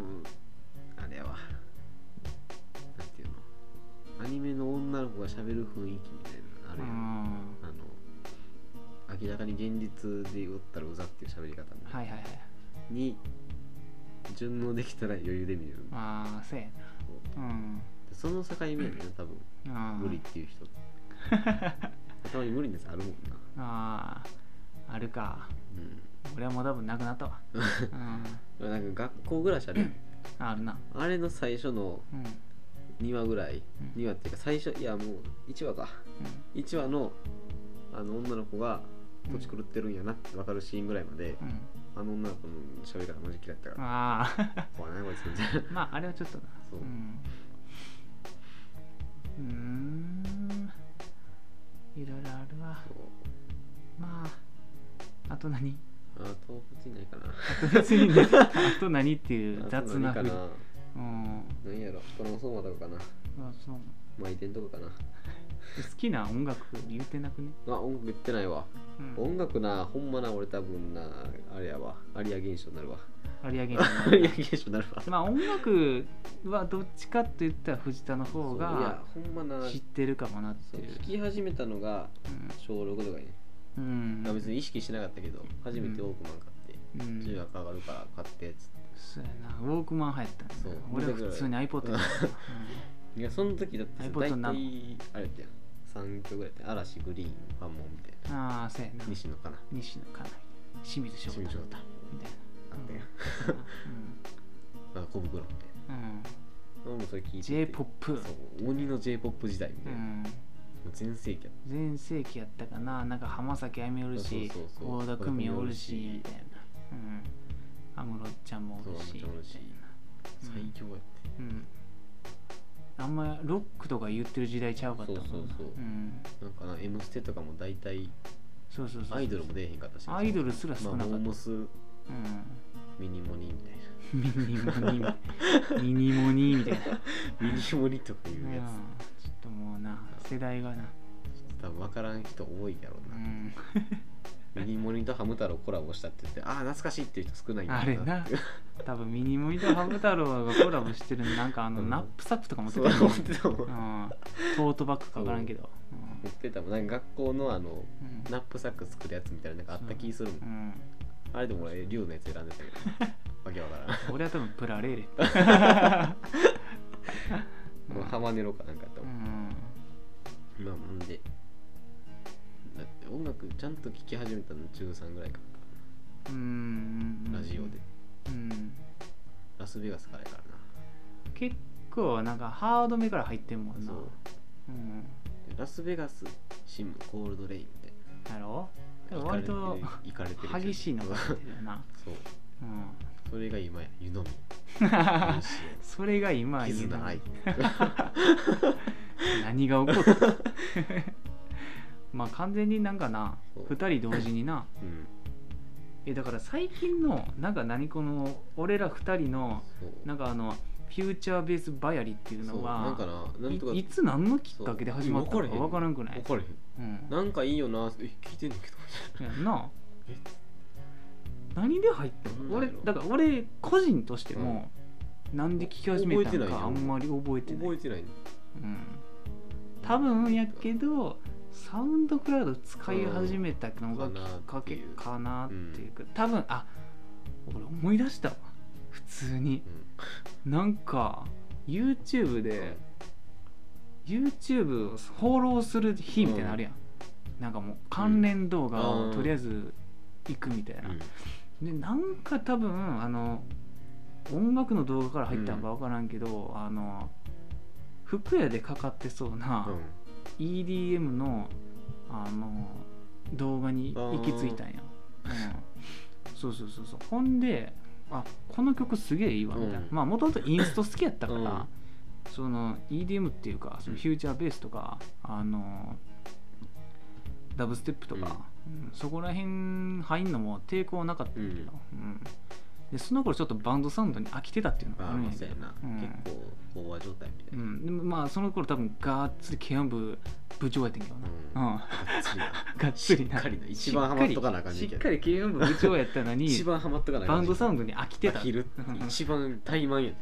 Speaker 1: あれはなんていうのアニメの女の子が喋る雰囲気みたいなのある
Speaker 2: う
Speaker 1: やん
Speaker 2: ん
Speaker 1: あの明らかに現実でおったらうざっていう喋り方みたいな
Speaker 2: はいはいはい
Speaker 1: に順応できたら余裕で見れる
Speaker 2: ああそうやなうん
Speaker 1: でその境目やねんな多分
Speaker 2: あー
Speaker 1: 無理っていう 人たまに無理なやつあるもんな
Speaker 2: あーあるか
Speaker 1: うん
Speaker 2: 俺はもう多分なくなった わうん
Speaker 1: 俺なんか学校暮らしあるやん
Speaker 2: あるな
Speaker 1: あれの最初の
Speaker 2: うん
Speaker 1: 2話ぐらい
Speaker 2: うん
Speaker 1: 2話っていうか最初いやもう1話か1話のあの女の子が
Speaker 2: うん
Speaker 1: 土地狂ってるんやなって分かるシーンぐらいまで
Speaker 2: うん
Speaker 1: あの女の子の喋り方マジ嫌いだったから
Speaker 2: ああ
Speaker 1: 怖いなこいつみたいな
Speaker 2: まああれはちょっとな
Speaker 1: そう
Speaker 2: うんうーんいろいろあるわ
Speaker 1: そう
Speaker 2: まああと 何
Speaker 1: あと別にないかな
Speaker 2: 別にねあと何っていう雑な
Speaker 1: あと何
Speaker 2: ふり
Speaker 1: かな
Speaker 2: うん
Speaker 1: 何やろトランスフォーマーとかかな
Speaker 2: あそう
Speaker 1: マイテンとかかな
Speaker 2: 好きな音楽言うてなくね、
Speaker 1: あ音楽言ってないわ
Speaker 2: うん、
Speaker 1: 音楽なほんまな俺多分なあれやわアリア現象になる わ
Speaker 2: 有明に
Speaker 1: アリア現象になるわ
Speaker 2: まあ音楽はどっちかって言ったら藤田の方
Speaker 1: そういや
Speaker 2: が
Speaker 1: ほんまな
Speaker 2: 知ってるかもなって
Speaker 1: そう
Speaker 2: いう
Speaker 1: 聞き始めたのが小6とかに、ね
Speaker 2: うん、うん
Speaker 1: まあ別に意識してなかったけど初めてオークマン買って、
Speaker 2: うん
Speaker 1: 中学上がるから買ってっつって
Speaker 2: そうやなウォークマン流行ったんですよ
Speaker 1: そう
Speaker 2: 俺は普通に iPod だった、
Speaker 1: いやその時だってさ
Speaker 2: iPod
Speaker 1: 大体
Speaker 2: な
Speaker 1: あれだって3曲ぐらいだって嵐グリーンファンモンみたいな
Speaker 2: うん、ああそうやな
Speaker 1: 西野かな
Speaker 2: 西野カナイ清水翔太みたい
Speaker 1: 清水翔太あったやん
Speaker 2: な、
Speaker 1: あ小袋みたい
Speaker 2: うんうん、
Speaker 1: な俺もそれ聞いてて
Speaker 2: J−POP
Speaker 1: そう鬼の J−POP 時代み
Speaker 2: う
Speaker 1: たいな、も
Speaker 2: ん
Speaker 1: う全盛期やっ
Speaker 2: 全盛期やったかななんか浜崎あゆみおるし
Speaker 1: そうそうそう
Speaker 2: 大田久美おるしみ
Speaker 1: 小田
Speaker 2: たいなうん安室ちゃんもおるし
Speaker 1: そう安室ちゃんおるし
Speaker 2: み
Speaker 1: た
Speaker 2: たい
Speaker 1: 最
Speaker 2: な
Speaker 1: 強やって、
Speaker 2: うん、うんあんまロックとか言ってる時代ちゃうかったもんな
Speaker 1: そうそうそうんなんかな「M ステ」とかも大体
Speaker 2: そうそうそう
Speaker 1: アイドルも出えへんかったし
Speaker 2: アイドルすら少
Speaker 1: ま
Speaker 2: な
Speaker 1: あ
Speaker 2: か
Speaker 1: モ
Speaker 2: った、
Speaker 1: ーモス
Speaker 2: う、
Speaker 1: ミニモニみたいなん
Speaker 2: ミニモニミニモニみたいな
Speaker 1: ミニモニとかいう
Speaker 2: うん
Speaker 1: や
Speaker 2: ちょっともうな世代がな、
Speaker 1: つちょっと多分分からん人多いやろう
Speaker 2: う
Speaker 1: な、
Speaker 2: ん、
Speaker 1: ミニモニとハム太郎コラボしたって言ってああ懐かしいっていう人少ないんだ
Speaker 2: あれな
Speaker 1: って
Speaker 2: 多分ミニモニとハム太郎がコラボしてるのなんかあの、
Speaker 1: うん
Speaker 2: ナップサップとか持って
Speaker 1: そ
Speaker 2: た
Speaker 1: う
Speaker 2: よね
Speaker 1: 思ってたもん
Speaker 2: う
Speaker 1: 持
Speaker 2: ん、トートバッグか分からんけど
Speaker 1: ってたもんなんか学校のあの
Speaker 2: うんうん
Speaker 1: ナップサック作るやつみたいななんかあった気するもん、
Speaker 2: うん
Speaker 1: あれでも俺寮のやつ選んでたけど わけわからん
Speaker 2: 俺は多分プラレーレ
Speaker 1: もうハマネロかなんかやった
Speaker 2: う
Speaker 1: もん、
Speaker 2: ん
Speaker 1: まあほんでだって音楽ちゃんと聴き始めたの中3ぐらいか
Speaker 2: うんうん
Speaker 1: ラジオで
Speaker 2: うん
Speaker 1: ラスベガスからやからな
Speaker 2: 結構なんかハードめから入ってんもんな
Speaker 1: そう
Speaker 2: うん
Speaker 1: でラスベガスシムコールドレインみたい
Speaker 2: だろでも
Speaker 1: な
Speaker 2: 割と
Speaker 1: イカれてるイカれてる
Speaker 2: 激しいのが入ってるよな
Speaker 1: そう
Speaker 2: うん
Speaker 1: それが今や湯飲み
Speaker 2: それが今言う
Speaker 1: 絆愛
Speaker 2: 何が起こった まあ完全になんかな
Speaker 1: そう
Speaker 2: 2人同時にな
Speaker 1: うん
Speaker 2: えだから最近のなんか何この俺ら2人の
Speaker 1: そう
Speaker 2: なんかあのフューチャーベースバヤリっていう
Speaker 1: そう
Speaker 2: の
Speaker 1: なんか
Speaker 2: は
Speaker 1: ないなんとか
Speaker 2: いつ何のきっかけで始まったのか
Speaker 1: そう
Speaker 2: 分からんくない
Speaker 1: 分かれへん
Speaker 2: うん
Speaker 1: なんかいいよなえ聞いてんねんけど
Speaker 2: やんな
Speaker 1: え
Speaker 2: 何で入った
Speaker 1: な
Speaker 2: の
Speaker 1: んだろ
Speaker 2: 俺
Speaker 1: う
Speaker 2: だから俺個人としてもなんで聞き始めた
Speaker 1: 覚え
Speaker 2: の
Speaker 1: てないよ
Speaker 2: かあんまり覚えてない
Speaker 1: 覚えてないね
Speaker 2: うん多分やけどサウンドクラウド使い始めたのがきっかけかなっていうか多分あ俺思い出したわ普通に
Speaker 1: う
Speaker 2: なんか YouTube
Speaker 1: ん
Speaker 2: で YouTube をフォローする日みたいなのあるやん、なんかもう関連動画
Speaker 1: う
Speaker 2: を
Speaker 1: ん
Speaker 2: とりあえず行くみたいな、
Speaker 1: うん
Speaker 2: でなんか多分あの音楽の動画から入ったのか分からんけど、あの服屋でかかってそうな
Speaker 1: うん
Speaker 2: EDM のあの動画に行き着いたんや、うん、そうそうそうそうほんであこの曲すげえいいわみたいな、
Speaker 1: うん
Speaker 2: まあもともとインスト好きやったから、
Speaker 1: うん
Speaker 2: その EDM っていうかそのフューチャーベースとか、あのダブステップとか、うんそこら辺入んのも抵抗なかったんだけど、うんでその頃ちょっとバンドサウンドに飽きてたっていうのがあ
Speaker 1: あ
Speaker 2: るん
Speaker 1: ま
Speaker 2: や
Speaker 1: あ
Speaker 2: けど
Speaker 1: そうやな、
Speaker 2: うん
Speaker 1: 結構飽和状態み
Speaker 2: う
Speaker 1: たいな、
Speaker 2: ん、でもまあその頃多分ガーッツリケアン部部長やってんけどな、うん、
Speaker 1: がっつりな
Speaker 2: がっつりな
Speaker 1: しっかりな一番ハマっとかなあかんね
Speaker 2: し
Speaker 1: ん
Speaker 2: っ
Speaker 1: けど
Speaker 2: かり軽音部部長やったのに
Speaker 1: 一番ハマっとかな
Speaker 2: バンドサウ
Speaker 1: ン
Speaker 2: ンドに飽きてた
Speaker 1: 飽きるって一番怠慢やね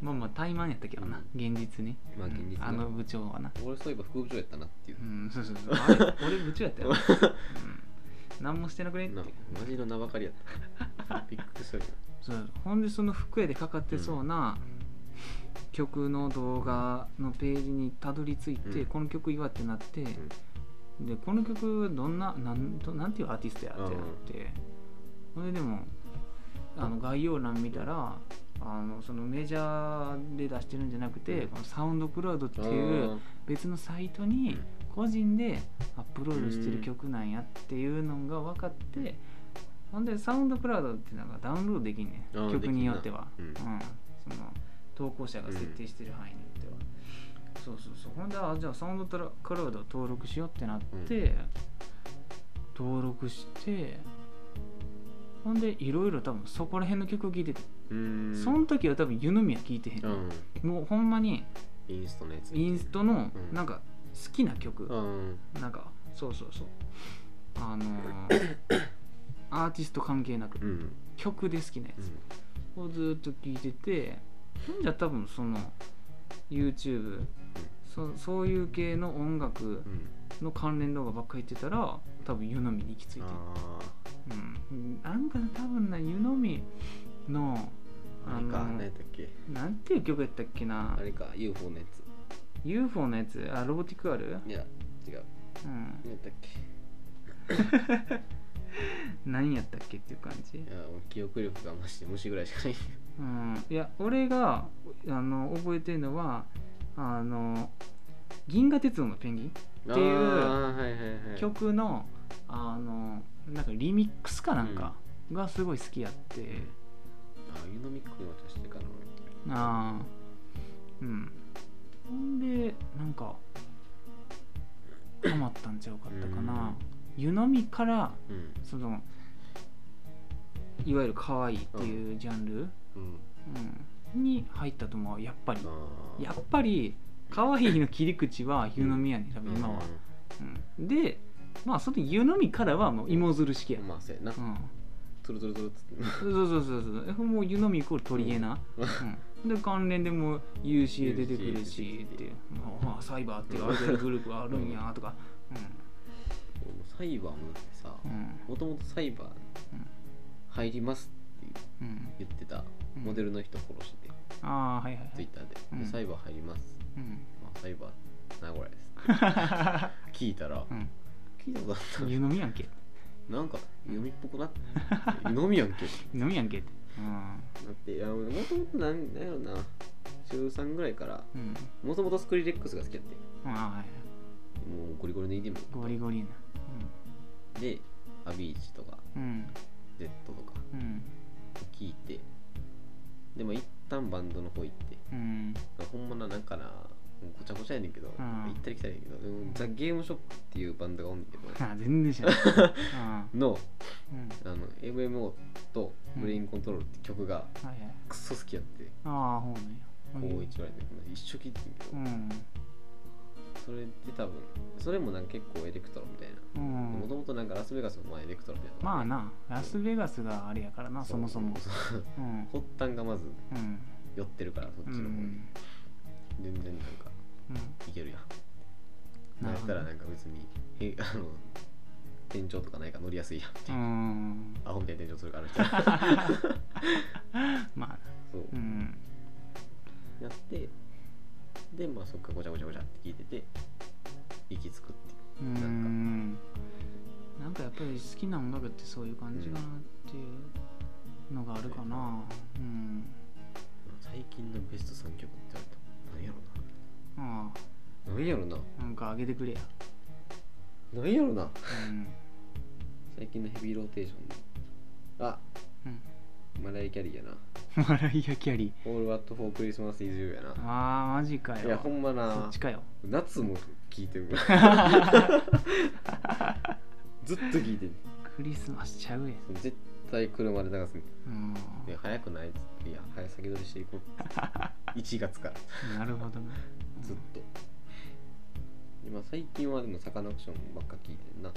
Speaker 2: まあまあ怠慢やったけどな現実ね、
Speaker 1: まあ現実な
Speaker 2: あの部長はな
Speaker 1: 俺そういえば副部長やったなっていう
Speaker 2: う、んそうそう そうあれ俺部長やったよ、うん、何もしてなくねって
Speaker 1: なマジの名ばかりやった びっくりする
Speaker 2: そうほんでその服屋でかかってそうな、曲の動画のページにたどり着いて、
Speaker 1: うん
Speaker 2: この曲いいわってなって、でこの曲どんななんどなんていうアーティストやってなって、ほんででもあの概要欄見たらあのそのメジャーで出してるんじゃなくて、
Speaker 1: うん
Speaker 2: このサウンドクラウドって
Speaker 1: あ
Speaker 2: いう
Speaker 1: ー
Speaker 2: 別のサイトに個人でアップロードしてる曲なんやっていうのが分かって、ほんでサウンドクラウドってなんかダウンロードできんね
Speaker 1: あー
Speaker 2: ん曲によっては、
Speaker 1: できんな
Speaker 2: うんその投稿者が設定してる範囲によっては、そうそうそうほんであじゃあサウンドクラウド登録しようってなって、登録してほんでいろいろ多分そこら辺の曲を聴いてて、
Speaker 1: うーん
Speaker 2: その時は多分湯宮聴いてへん、
Speaker 1: うん
Speaker 2: もうほんまに
Speaker 1: インストのやつ
Speaker 2: インストの
Speaker 1: うん
Speaker 2: なんか好きな曲、
Speaker 1: うん
Speaker 2: なんかそうそうそうあの ーアーティスト関係なく
Speaker 1: うんうん
Speaker 2: 曲で好きなやつをずっと聴いててほんじゃ多分その YouTube そそういう系の音楽
Speaker 1: うん
Speaker 2: の関連動画ばっかり言ってたら多分湯飲みに行き着いてる
Speaker 1: あ
Speaker 2: うん、なんかな多分な湯飲みの
Speaker 1: ああれか
Speaker 2: あのー
Speaker 1: 何やったっけ
Speaker 2: なんていう曲やったっけな
Speaker 1: あれか UFO のやつ
Speaker 2: UFO のやつあロボティクアル、
Speaker 1: いや違う
Speaker 2: うん、
Speaker 1: 何やったっけ
Speaker 2: 何やったっけっていう感じ
Speaker 1: い、やもう記憶力がマジで虫ぐらいしかない
Speaker 2: うん、いや俺があの覚えてるのはあの「銀河鉄道のペンギン
Speaker 1: あ
Speaker 2: ていう
Speaker 1: ーはいはいは」い
Speaker 2: 曲のあのなんかリミックスかなんかがすごい好きやって、
Speaker 1: ああ湯飲みっこに渡してかな
Speaker 2: ああうんほんでなんかハマったんちゃうかったかな、湯飲みから
Speaker 1: うん
Speaker 2: そのいわゆる可愛いっていうジャンル、
Speaker 1: うん
Speaker 2: うんに入ったと思うやっぱり
Speaker 1: あー
Speaker 2: やっぱり可愛いの切り口は湯飲みやね多分今は、うんでまあその湯飲みからはもう芋づる式や、
Speaker 1: うんまあそうやな
Speaker 2: うん、
Speaker 1: ツルツルツルっ つって
Speaker 2: そうそうそうそうえもう湯飲みイコール取り柄な、うんで関連でも UC 出てくるしっていうまあまあサイバーっていうアイドルグループがあるんやとか
Speaker 1: 俺もサイバーもだってさ
Speaker 2: うんうん
Speaker 1: もともとサイバー
Speaker 2: うん
Speaker 1: 入りますって
Speaker 2: うん
Speaker 1: 言ってた
Speaker 2: うん
Speaker 1: モデルの人殺して
Speaker 2: ああはいはいは
Speaker 1: ツイッ
Speaker 2: い、
Speaker 1: ターで
Speaker 2: うん
Speaker 1: でサイバー入ります
Speaker 2: うん
Speaker 1: まあサイバー名古屋です聞いたら
Speaker 2: うん
Speaker 1: 聞いたことあった
Speaker 2: 湯飲みやんけ
Speaker 1: なんか飲みっぽくなって飲みやんけ
Speaker 2: 湯飲みやんけってうん
Speaker 1: だっていやもともとなんだろうな中3ぐらいから
Speaker 2: うん
Speaker 1: もともとスクリレックスが好きやって
Speaker 2: ああはい
Speaker 1: もうゴリゴリの EDM
Speaker 2: ゴリゴリな
Speaker 1: でアビーチとか
Speaker 2: うん
Speaker 1: Z とか
Speaker 2: うん
Speaker 1: 聞いてでも一旦バンドの方行って
Speaker 2: うん
Speaker 1: ほんまななんかなごちゃごちゃやねんけど、
Speaker 2: うん
Speaker 1: 行ったり来たりやねんけど、でもザ・ゲームショップっていうバンドがおんねんけど
Speaker 2: あ全然知ら ないあ
Speaker 1: の
Speaker 2: ーうん
Speaker 1: あの MMO とブレインコントロールって曲が
Speaker 2: はいはい
Speaker 1: クソ好きやって、
Speaker 2: ああほうね
Speaker 1: 高1ぐらいの時まで一生聴いてんけど、
Speaker 2: うん
Speaker 1: それで多分それもなんか結構エレクトロみたいな
Speaker 2: うん
Speaker 1: もともとなんかラスベガスもまあエレクトロみたいな
Speaker 2: まあなラスベガスがあれやからなそもそも
Speaker 1: そう
Speaker 2: うん
Speaker 1: 発端がまず
Speaker 2: うん
Speaker 1: 寄ってるからそっ
Speaker 2: う
Speaker 1: ち
Speaker 2: ん
Speaker 1: の方に、全然なんか
Speaker 2: うん
Speaker 1: いけるやん
Speaker 2: なる
Speaker 1: なやっ
Speaker 2: ほ
Speaker 1: た
Speaker 2: ど
Speaker 1: らなんか別にへあの店長とかないから乗りやすいやんって
Speaker 2: う
Speaker 1: いう、
Speaker 2: ん
Speaker 1: アホみたいな店長するからみたいな
Speaker 2: まあな
Speaker 1: そう、
Speaker 2: うん
Speaker 1: やってでまあそっからごちゃごちゃごちゃって聞いてて行き着くってい
Speaker 2: う
Speaker 1: う
Speaker 2: んなんかやっぱり好きな音楽ってそういう感じかなっていうのがあるかなうん
Speaker 1: 最近のベスト3曲って言わ
Speaker 2: あ
Speaker 1: れたら何やろな
Speaker 2: あなんかあげてくれや
Speaker 1: 何やろな何やろな
Speaker 2: うん
Speaker 1: 最近のヘビーローテーションのあ
Speaker 2: うん
Speaker 1: マライアキャリーやな
Speaker 2: マライア・キャリー
Speaker 1: オールワットフォークリスマスイズユーやな
Speaker 2: ああマジかよ
Speaker 1: いやほんまな
Speaker 2: そっちかよ
Speaker 1: 夏も聴いて るずっと聴いてる
Speaker 2: クリスマスちゃうやん
Speaker 1: 絶対車で流すね
Speaker 2: うん
Speaker 1: いや早くないっつっていや早先取りしていこうっつ って1月から
Speaker 2: なるほどね
Speaker 1: ずっとでまあ最近はでもサカナクションばっか聴いてるな
Speaker 2: あ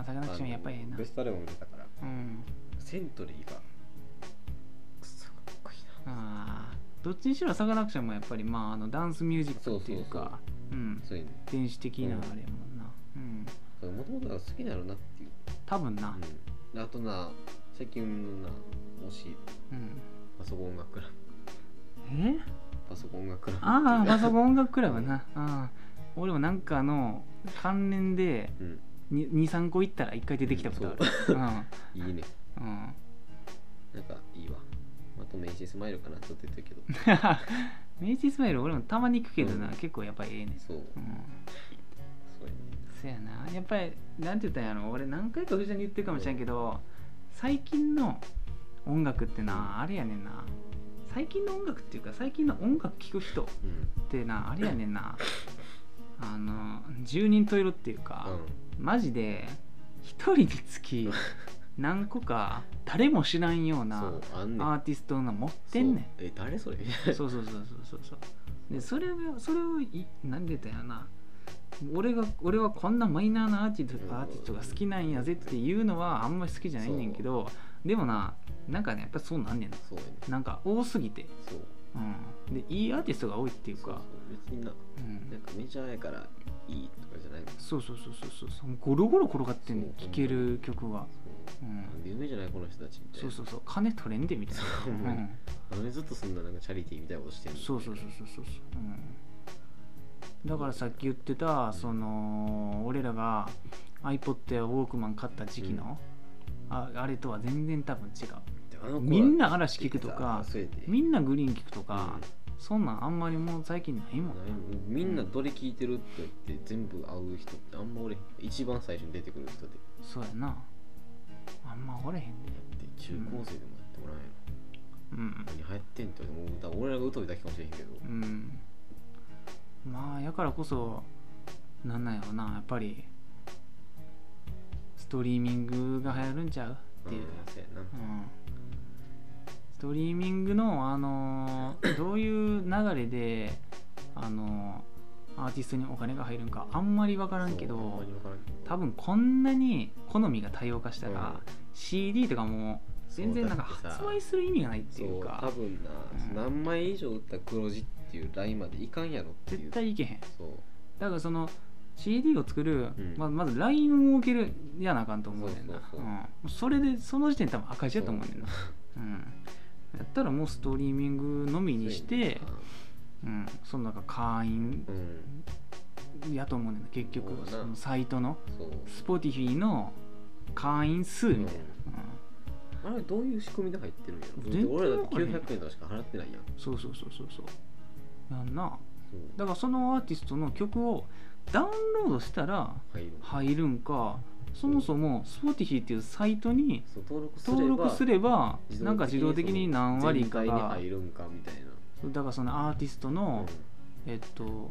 Speaker 2: あサカナクションやっぱりええ
Speaker 1: あの
Speaker 2: な
Speaker 1: ベストアルバム出たから
Speaker 2: うん
Speaker 1: セントリーがくそかっこいいな
Speaker 2: ああどっちにしろサカナクションもやっぱりまああのダンスミュージックっていうかうん
Speaker 1: そういうの
Speaker 2: 電子的なあれやもんなうん
Speaker 1: もともと好きなのなっていう、
Speaker 2: 多分な
Speaker 1: うん、あとな最近のな推し
Speaker 2: うん
Speaker 1: パソコン音楽クラブ
Speaker 2: え
Speaker 1: パソコン音楽クラブっていう
Speaker 2: ああパソコン音楽クラブなああ俺もなんかあの関連で
Speaker 1: うん
Speaker 2: 23個行ったら1回出てきたことある
Speaker 1: いいね
Speaker 2: うんうん
Speaker 1: なんかいいわまとめにしてスマイルかなちょっと言ってる けど
Speaker 2: メイジスマイル俺もたまに行くけどな、
Speaker 1: うん
Speaker 2: 結構やっぱりええねん、
Speaker 1: そう
Speaker 2: うん、
Speaker 1: そうやね
Speaker 2: そやなやっぱりなんて言ったんやろ俺何回か藤田に言ってるかもしれんけど最近の音楽ってなあれやねんな最近の音楽っていうか最近の音楽聴く人っ
Speaker 1: うん
Speaker 2: てなあれやねんなあの十人十色っていうか、マジで一人につき何個か誰も知らんよう
Speaker 1: うんそ
Speaker 2: な
Speaker 1: うあんねん
Speaker 2: アーティストの持ってんねん
Speaker 1: そうえ誰それ
Speaker 2: そうそうそうそうそうそうでそれをそれをい何でだよな俺が俺はこんなマイナーなアーティストアーティストが好きなんやぜっていうのはあんまり好きじゃないねんけどでもななんかねやっぱりそうなんねんな
Speaker 1: そうやね
Speaker 2: なんか多すぎて、
Speaker 1: そう
Speaker 2: うん、でいいアーティストが多いっていう
Speaker 1: そう
Speaker 2: か
Speaker 1: そう別にな
Speaker 2: うん
Speaker 1: なんかメジャーやからいいとかじゃないもん
Speaker 2: そうそうそうそうそうそうゴロゴロ転がってんねん
Speaker 1: そう
Speaker 2: 聴ける曲が、
Speaker 1: そううなん
Speaker 2: ん、
Speaker 1: で有名じゃないこの人たちみたい
Speaker 2: そう
Speaker 1: な
Speaker 2: そうそう金取れんでみたいな
Speaker 1: そう
Speaker 2: う
Speaker 1: ほんまに
Speaker 2: ん
Speaker 1: なんでずっとそんななんかチャリティーみたいなことしてんの
Speaker 2: そうそうそうそうそうそう、うん、だからさっき言ってたその俺らが iPod やウォークマン買った時期の、ああれとは全然多分違う
Speaker 1: であの子は
Speaker 2: みんな嵐聞くとか
Speaker 1: そうやで
Speaker 2: みんなグリーン聞くと
Speaker 1: うん
Speaker 2: か、そんなんあんまりもう最近ないもん
Speaker 1: ないもんみんなどれ聞いてるって言って全部会う人ってあんま俺一番最初に出てくる人で
Speaker 2: そうやなあんまおれへんで
Speaker 1: で中高生でもやってもらえ
Speaker 2: う
Speaker 1: んや
Speaker 2: ん
Speaker 1: ろ何流行ってんって思う歌俺らが歌うだけかもしれへんけど
Speaker 2: うんまあやからこそなんなんやろなやっぱりストリーミングが流行るんちゃうっていう、
Speaker 1: うんそうやな
Speaker 2: うんストリーミングの、あの ーどういう流れで、あのーアーティストにお金が入るんかあんまり分からんけ
Speaker 1: そうほ
Speaker 2: ど
Speaker 1: んまにわからんけど
Speaker 2: 多分こんなに好みが多様化したら、
Speaker 1: う
Speaker 2: CD とかも全然なんか
Speaker 1: そうだって
Speaker 2: 発
Speaker 1: さ
Speaker 2: 売する意味がないって
Speaker 1: そ
Speaker 2: いう
Speaker 1: う多
Speaker 2: か
Speaker 1: 分な、
Speaker 2: うん
Speaker 1: 何枚以上売ったら黒字っていうラインまでいかんやろっていう
Speaker 2: 絶対いけへん
Speaker 1: そう
Speaker 2: だからその CD を作る、
Speaker 1: うん
Speaker 2: まあまず LINE を設けるやなあかんと思うねんな
Speaker 1: そうそうそう
Speaker 2: うんそれでその時点で多分赤字やと思うねんなうんやったらもうストリーミングのみにして、うん、そのなんか会員
Speaker 1: うんうん
Speaker 2: やと思うねんな結局
Speaker 1: そうだな
Speaker 2: そのサイトの
Speaker 1: そう
Speaker 2: Spotify の会員数みたいな、
Speaker 1: あれどういう仕組みで入ってるんやろ
Speaker 2: 全然
Speaker 1: 俺らだっ
Speaker 2: わ
Speaker 1: て
Speaker 2: からへん
Speaker 1: 900円とかしか払ってないやん
Speaker 2: うんそうそうそうそうそうやんな
Speaker 1: そう
Speaker 2: だからそのアーティストの曲をダウンロードしたら
Speaker 1: 入る
Speaker 2: 入るんかそもそも Spotify っていうサイトに
Speaker 1: そう登録すれば
Speaker 2: 登録すればなんか自動的に何割か
Speaker 1: 全体に
Speaker 2: が
Speaker 1: 入るんかみたいな
Speaker 2: だからそのアーティスト
Speaker 1: うん
Speaker 2: の、えっと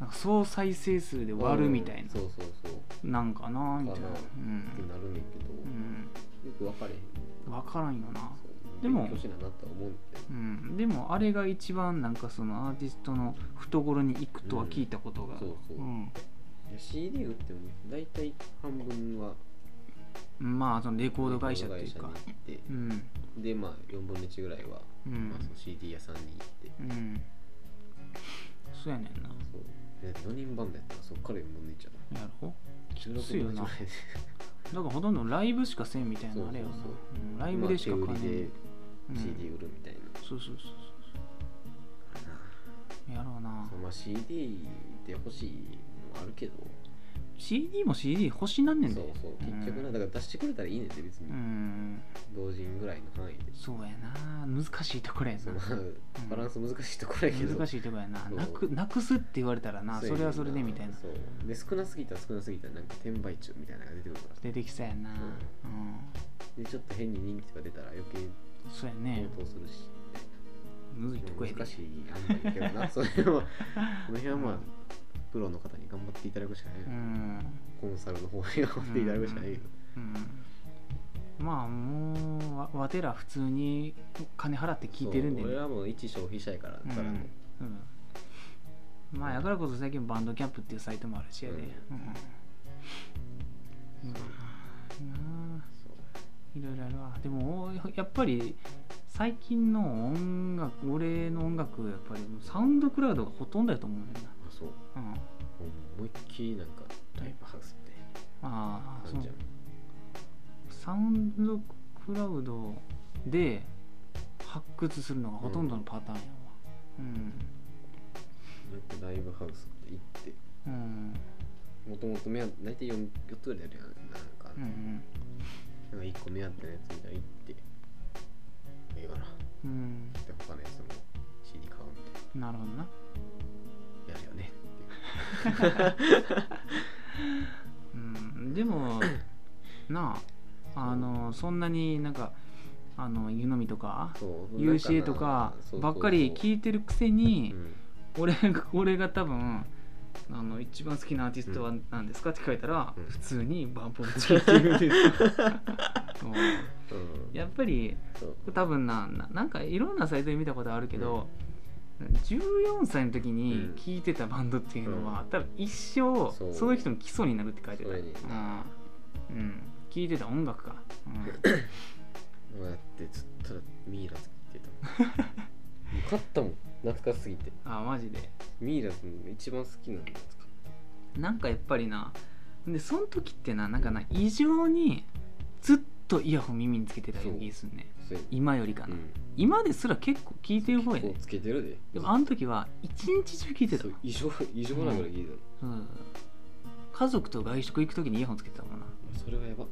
Speaker 2: なんか総再生数で割るみたいな
Speaker 1: そうそうそうっ
Speaker 2: なんかなみたいな
Speaker 1: かな
Speaker 2: うん
Speaker 1: てなるねんけど、よく分かれへん
Speaker 2: うん、分からんよな、
Speaker 1: そう
Speaker 2: でも
Speaker 1: 勉強しななとは思うんだけど
Speaker 2: うん、でもあれが一番なんかそのアーティストの懐に行くとは聞いたことが、
Speaker 1: そうそう、
Speaker 2: うん
Speaker 1: いや CD 売ってもね大体半分は
Speaker 2: まあそのレコード会社っていう
Speaker 1: レコ
Speaker 2: か
Speaker 1: ード会社に行って
Speaker 2: うん
Speaker 1: でまあ4分の1ぐらいは、
Speaker 2: うん
Speaker 1: まあ、その CD 屋さんに行って
Speaker 2: うんそうやねんな
Speaker 1: そうで4人バンドやったらそっから4分の1やな
Speaker 2: やろ
Speaker 1: 16
Speaker 2: ついよ
Speaker 1: 分
Speaker 2: な
Speaker 1: の1ぐらいで
Speaker 2: だからほとんどライブしかせんみたい
Speaker 1: そう
Speaker 2: な
Speaker 1: そうそう
Speaker 2: あれよなうんライブでしか
Speaker 1: まあ
Speaker 2: 買
Speaker 1: 手売
Speaker 2: えな
Speaker 1: り
Speaker 2: い
Speaker 1: で、
Speaker 2: うん
Speaker 1: CD 売るみたいな、
Speaker 2: そうそうそうそうやろうな
Speaker 1: そうまあ CD で欲しいのもあるけど
Speaker 2: CD も CD 欲しなんねんで
Speaker 1: そうそう結局なだから出してくれたらいいねんって別に、
Speaker 2: うん
Speaker 1: 同人ぐらいの範囲で
Speaker 2: そうやな難しいところやな
Speaker 1: そのバランス難しいところやけど
Speaker 2: 難
Speaker 1: し
Speaker 2: しいとこやな
Speaker 1: そう
Speaker 2: なくなくすって言われたらなそれはそれでみたいな
Speaker 1: そうで少なすぎたら少なすぎたらなんか転売中みたいなのが出てくるから
Speaker 2: 出てきそうやな
Speaker 1: そう
Speaker 2: う
Speaker 1: でちょっと変に人気とか出たら余計
Speaker 2: んそうやね
Speaker 1: 高騰するし、
Speaker 2: むずいとこやで
Speaker 1: 難しいあんだけど なそれはこの辺はまあプロの方に頑張っていただくしかない、
Speaker 2: うん
Speaker 1: コンサルの方に頑張っていただくしかないけど、
Speaker 2: うんまあもうわわてら普通に金払って聞いてるんで
Speaker 1: そう
Speaker 2: ね
Speaker 1: 俺はもう一消費者やから、
Speaker 2: うん
Speaker 1: から
Speaker 2: う
Speaker 1: の
Speaker 2: んまあやからこそ最近バンドキャンプっていうサイトもあるしやで、うんうんなあ
Speaker 1: そう
Speaker 2: いろいろあるわでもおやっぱり最近の音楽俺の音楽やっぱりサウンドクラウドがほとんどやと思うねんだよ
Speaker 1: あそう
Speaker 2: な、うん、
Speaker 1: もう思いっきりなんかライブハウスみたい
Speaker 2: ああ
Speaker 1: な
Speaker 2: そ
Speaker 1: 感
Speaker 2: う
Speaker 1: じやも
Speaker 2: サウンドクラウドで発掘するのがほとんどのパターンやわ
Speaker 1: んなんかライブハウスって行って
Speaker 2: うんうん
Speaker 1: もともと目当て大体 4, 4つぐらいあるやんなんか、
Speaker 2: うん
Speaker 1: なんか1個目当てのやつみたいなの行ってええかなで
Speaker 2: うんうん
Speaker 1: 他のやつも CD 買うみたいな
Speaker 2: なるほどな
Speaker 1: やるよね
Speaker 2: うんでも なああのそんなになんかあの湯飲みとか
Speaker 1: そう
Speaker 2: UCA とかばっかり
Speaker 1: い
Speaker 2: 聞いてるくせに
Speaker 1: うん
Speaker 2: 俺が俺が多分あの一番好きなアーティストは何ですかって聞いたら、
Speaker 1: うん
Speaker 2: 普通にバンポブチキンって言うんで すよそう
Speaker 1: うん
Speaker 2: やっぱり
Speaker 1: そう
Speaker 2: 多分なななんかいろんなサイトで見たことあるけど、 14歳の時に聴いてたバンドっていうのは、
Speaker 1: うん
Speaker 2: 多分一
Speaker 1: そ
Speaker 2: 生
Speaker 1: う
Speaker 2: その人の基礎になるって書いてた
Speaker 1: そう
Speaker 2: 聴
Speaker 1: やねん、
Speaker 2: うんうん、聴いてた音楽か、
Speaker 1: 俺だってずっとミイラズ聞いてた もんもう買ったもん懐かしすぎて
Speaker 2: うん、あマジで
Speaker 1: ミイラズの一番好きなの懐か
Speaker 2: なんかやっぱりなでその時ってななんかな異常にずっとイヤホン耳につけてたような気がするね
Speaker 1: しいそう
Speaker 2: 今よりか
Speaker 1: や
Speaker 2: な、
Speaker 1: ねん
Speaker 2: 今ですら結構聴いてる方や
Speaker 1: こ
Speaker 2: ね
Speaker 1: うつけてるで
Speaker 2: でもあの時は一日中聴いてた
Speaker 1: そ
Speaker 2: そうう
Speaker 1: 異常異常なぐらい聞いてたの、
Speaker 2: そうそう家族と外食行く時にイヤホンつけてたもんな
Speaker 1: それはやば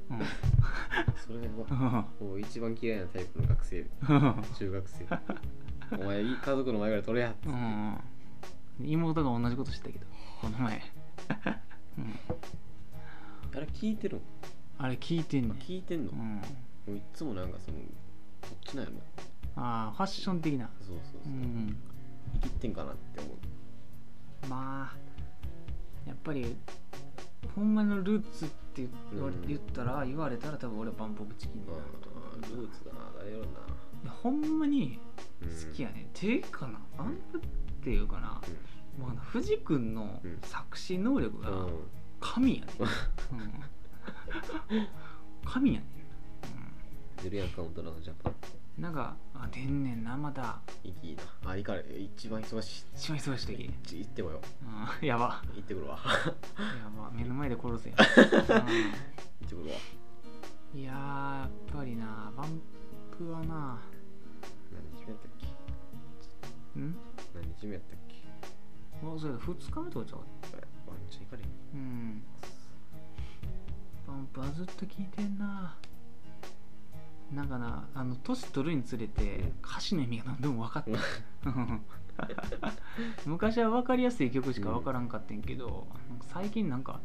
Speaker 1: それはやばもう一番嫌いなタイプの学生
Speaker 2: うん
Speaker 1: 中学生お前いい家族の前から取れやっつって、
Speaker 2: うん妹が同じことしてたけどこの前、うん、
Speaker 1: あれ聞いてるの
Speaker 2: あれ聞いてんねん、
Speaker 1: 聞いてんの、
Speaker 2: う
Speaker 1: も
Speaker 2: ん、
Speaker 1: ういつもなんかそのどっちなんやろな
Speaker 2: ああファッション的な
Speaker 1: そうそう
Speaker 2: う
Speaker 1: そう、
Speaker 2: ん
Speaker 1: 生きてんかなって思う
Speaker 2: まあやっぱりほんまのルーツって言われ
Speaker 1: うん
Speaker 2: 言ったら、言われたら多分俺はバンポブチキンだな
Speaker 1: あールーツだな誰やろな
Speaker 2: でほんまに好きや
Speaker 1: ね
Speaker 2: ね、ていうかなバンプっていうかな、まああの、藤君の
Speaker 1: うん
Speaker 2: 作詞能力
Speaker 1: う
Speaker 2: が
Speaker 1: ん、
Speaker 2: 神やね、うん神やね、
Speaker 1: ジュリアン・カウントラのジャパン
Speaker 2: うん、なんかあ出んねんなまた
Speaker 1: いきいいなあいいから一番忙しい
Speaker 2: 一番忙しい時、
Speaker 1: ち行ってこよ
Speaker 2: うん、やば
Speaker 1: う行ってくるわ
Speaker 2: やば目の前で殺せや、うん
Speaker 1: 行ってくるわ
Speaker 2: いやーやっぱりなバンプはな
Speaker 1: 何日目やったっけ
Speaker 2: ん
Speaker 1: 何日目やったっけ
Speaker 2: もうそれ2日目とかちゃう
Speaker 1: ワンチャン行かれ
Speaker 2: う
Speaker 1: へん
Speaker 2: んバンプはずっと聞いてんななんかなあの年取るにつれて歌詞の意味が何でも分かったうん昔は分かりやすい曲しか分からんかってんけど、なんか最近なんか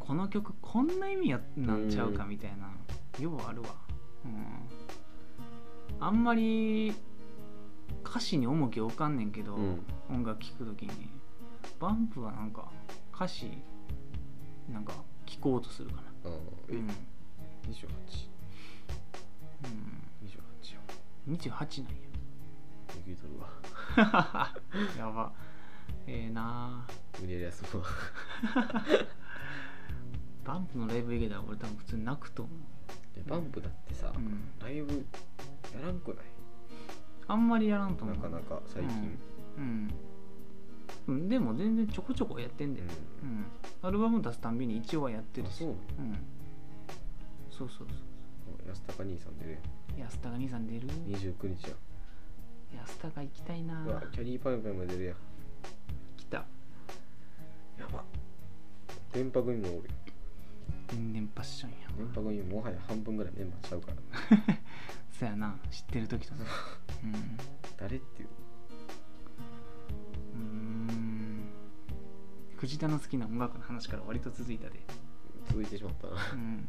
Speaker 2: この曲こんな意味やなんちゃうかみたいな、ようあるわ、うん、あんまり歌詞に重きを置かんねんけど、
Speaker 1: うん
Speaker 2: 音楽聴くときにバンプはなんか歌詞なんか聴こうとするかな
Speaker 1: ああえ、
Speaker 2: うん、
Speaker 1: 2828 28よ
Speaker 2: うん、28なんや
Speaker 1: 受け取るわ
Speaker 2: やばええなあ
Speaker 1: 無理やり休むわ
Speaker 2: バンプのライブ以外では俺多分普通に泣くと思
Speaker 1: えバンプだってさ、
Speaker 2: う、うん、
Speaker 1: ライブやらんくない
Speaker 2: あんまりやらんと思
Speaker 1: な
Speaker 2: う
Speaker 1: かなか最近、
Speaker 2: うん、うん、でも全然ちょこちょこやってん
Speaker 1: う
Speaker 2: だよ、うんんアルバム出すたんびに一応はやってる
Speaker 1: あ
Speaker 2: し
Speaker 1: そうなの
Speaker 2: うん、そうそうそう
Speaker 1: 安高兄さん出る
Speaker 2: 安高兄さん出る
Speaker 1: やん29日や
Speaker 2: 安高行きたいなん
Speaker 1: うわキャリーパンパンも出るやん
Speaker 2: 来た
Speaker 1: やば電波組もおる
Speaker 2: 天然パッションや
Speaker 1: 電波組もはや半分ぐらいメンバーちゃうから
Speaker 2: そやな知ってる 時とねうん
Speaker 1: 誰っていう
Speaker 2: うーん藤田の好きな音楽の話から割と続いたで
Speaker 1: 続いてしまったな
Speaker 2: うん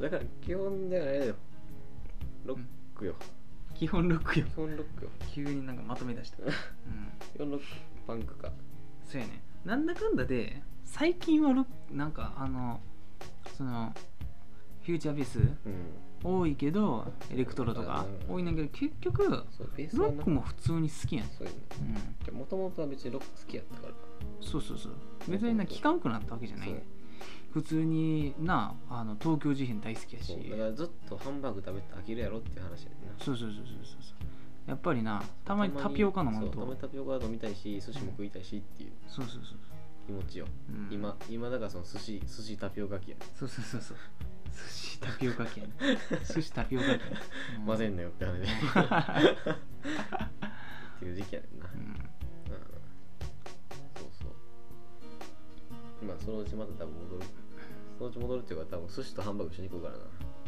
Speaker 1: だから基本ではあれだよロックよ、
Speaker 2: 基本ロックよ
Speaker 1: 基本ロックよ
Speaker 2: 急になんかまとめ出した、うん、
Speaker 1: 基本ロックパンクか
Speaker 2: そうやねなんだかんだで最近はロックなんかあのそのフューチャーベース
Speaker 1: うん
Speaker 2: 多いけどエレクトロとか
Speaker 1: うん
Speaker 2: 多いねんだけど結局
Speaker 1: そうベース
Speaker 2: ロ
Speaker 1: はな
Speaker 2: ックも普通に好きやん、
Speaker 1: そういうの
Speaker 2: うん、
Speaker 1: じゃもともとは別にロック好きやったから
Speaker 2: そうそうそう別にな聞かんくなったわけじゃないね普通になあの東京事変大好きやし
Speaker 1: そうだからずっとハンバーグ食べて飽きるやろっていう話やねんな
Speaker 2: そうそうそうそうそうそうやっぱりなたまにタピオカ飲まん
Speaker 1: そうたま
Speaker 2: と
Speaker 1: にタピオカ飲みたいし寿司も食いたいしっていう
Speaker 2: そうそうそう、
Speaker 1: 気持ちよ、
Speaker 2: うん、
Speaker 1: 今今だからその寿司寿司タピオカ機や、
Speaker 2: そうそうそうそう寿司タピオカ券 寿司タピオカ券、うん
Speaker 1: 混ぜんなよって話でっていう時期やね んな、う、
Speaker 2: うんん
Speaker 1: そうそうまあそのうちまた多分戻るそのうち戻るっていうか多分寿司とハンバーグ一緒に食うからな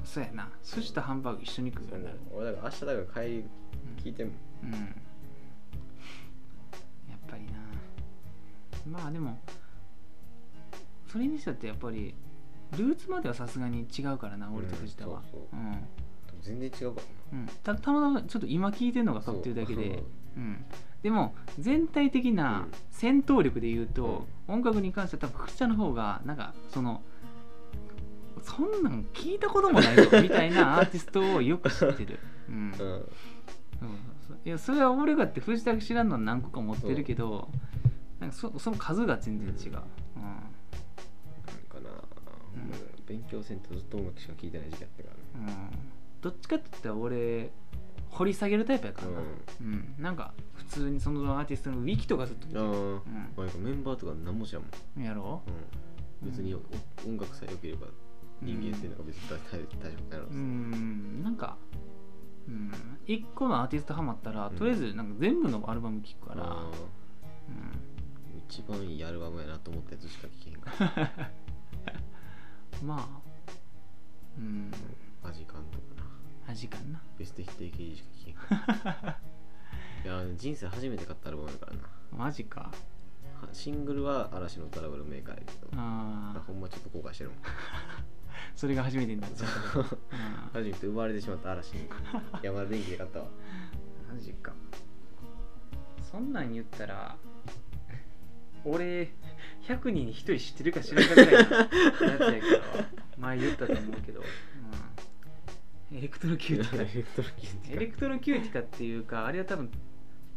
Speaker 2: そうやな寿司とハンバーグ一緒に食うようになる
Speaker 1: 俺だから明日だから帰り
Speaker 2: うん
Speaker 1: 聞いても
Speaker 2: うんやっぱりなまあでもそれにしたってやっぱりルーツまではさすがに違うからな俺と藤田は
Speaker 1: うんそう
Speaker 2: う
Speaker 1: そ
Speaker 2: ん
Speaker 1: 全然違うから
Speaker 2: うんたたまたまちょっと今聞いてるのが
Speaker 1: な
Speaker 2: かってるだけ
Speaker 1: そう
Speaker 2: で、うん、でも全体的な
Speaker 1: うん
Speaker 2: 戦闘力で言うと、音楽に関しては多分藤田の方がなんかそのそんなん 聞いたこともないぞみたいなアーティストをよく知ってる、うん、そううんそうそういやそれは俺がって藤田知らんのは何個か持ってるけどなんかそその数が全然違う、
Speaker 1: かな、
Speaker 2: うん
Speaker 1: まあ勉強せんとずっと音楽しか聴いてない時期やったからね
Speaker 2: うんうん、どっちかって言ったら俺掘り下げるタイプやからな、
Speaker 1: う
Speaker 2: うん、なんか普通にそのアーティストのウィキとかずっと見て
Speaker 1: んああ、なんかメンバーとか何も知らんもん、
Speaker 2: うん、やろ
Speaker 1: うん、別にお音楽さえ良ければ人間っていうのが別に大大大丈夫だろう
Speaker 2: う
Speaker 1: し
Speaker 2: んなんか、うん、一個のアーティストハマったら、とりあえずなんか全部のアルバム聴くから、
Speaker 1: ああ
Speaker 2: う
Speaker 1: 一番いいアルバムやなと思ったやつしか聴けへん から
Speaker 2: ん、まあうん
Speaker 1: アジカンとかな
Speaker 2: 味かな
Speaker 1: ベストヒット AKG しか聴けへんから いや人生初めて買ったアルバムやからな
Speaker 2: マジか
Speaker 1: はシングルは嵐のトラブルメーカーやけど
Speaker 2: あ
Speaker 1: あ
Speaker 2: あ
Speaker 1: ほんまちょっと後悔してるもん
Speaker 2: それが初めてになっちゃったうん
Speaker 1: 初めて奪われてしまった嵐に山田電機で買ったわ
Speaker 2: マジかそんなん言ったら俺100人に1人知ってるか知らんかぐ らいのやつやから前言ったと思うけど、うん、エレクトロキューティカエ レクトロキューティカっていうかあれは多分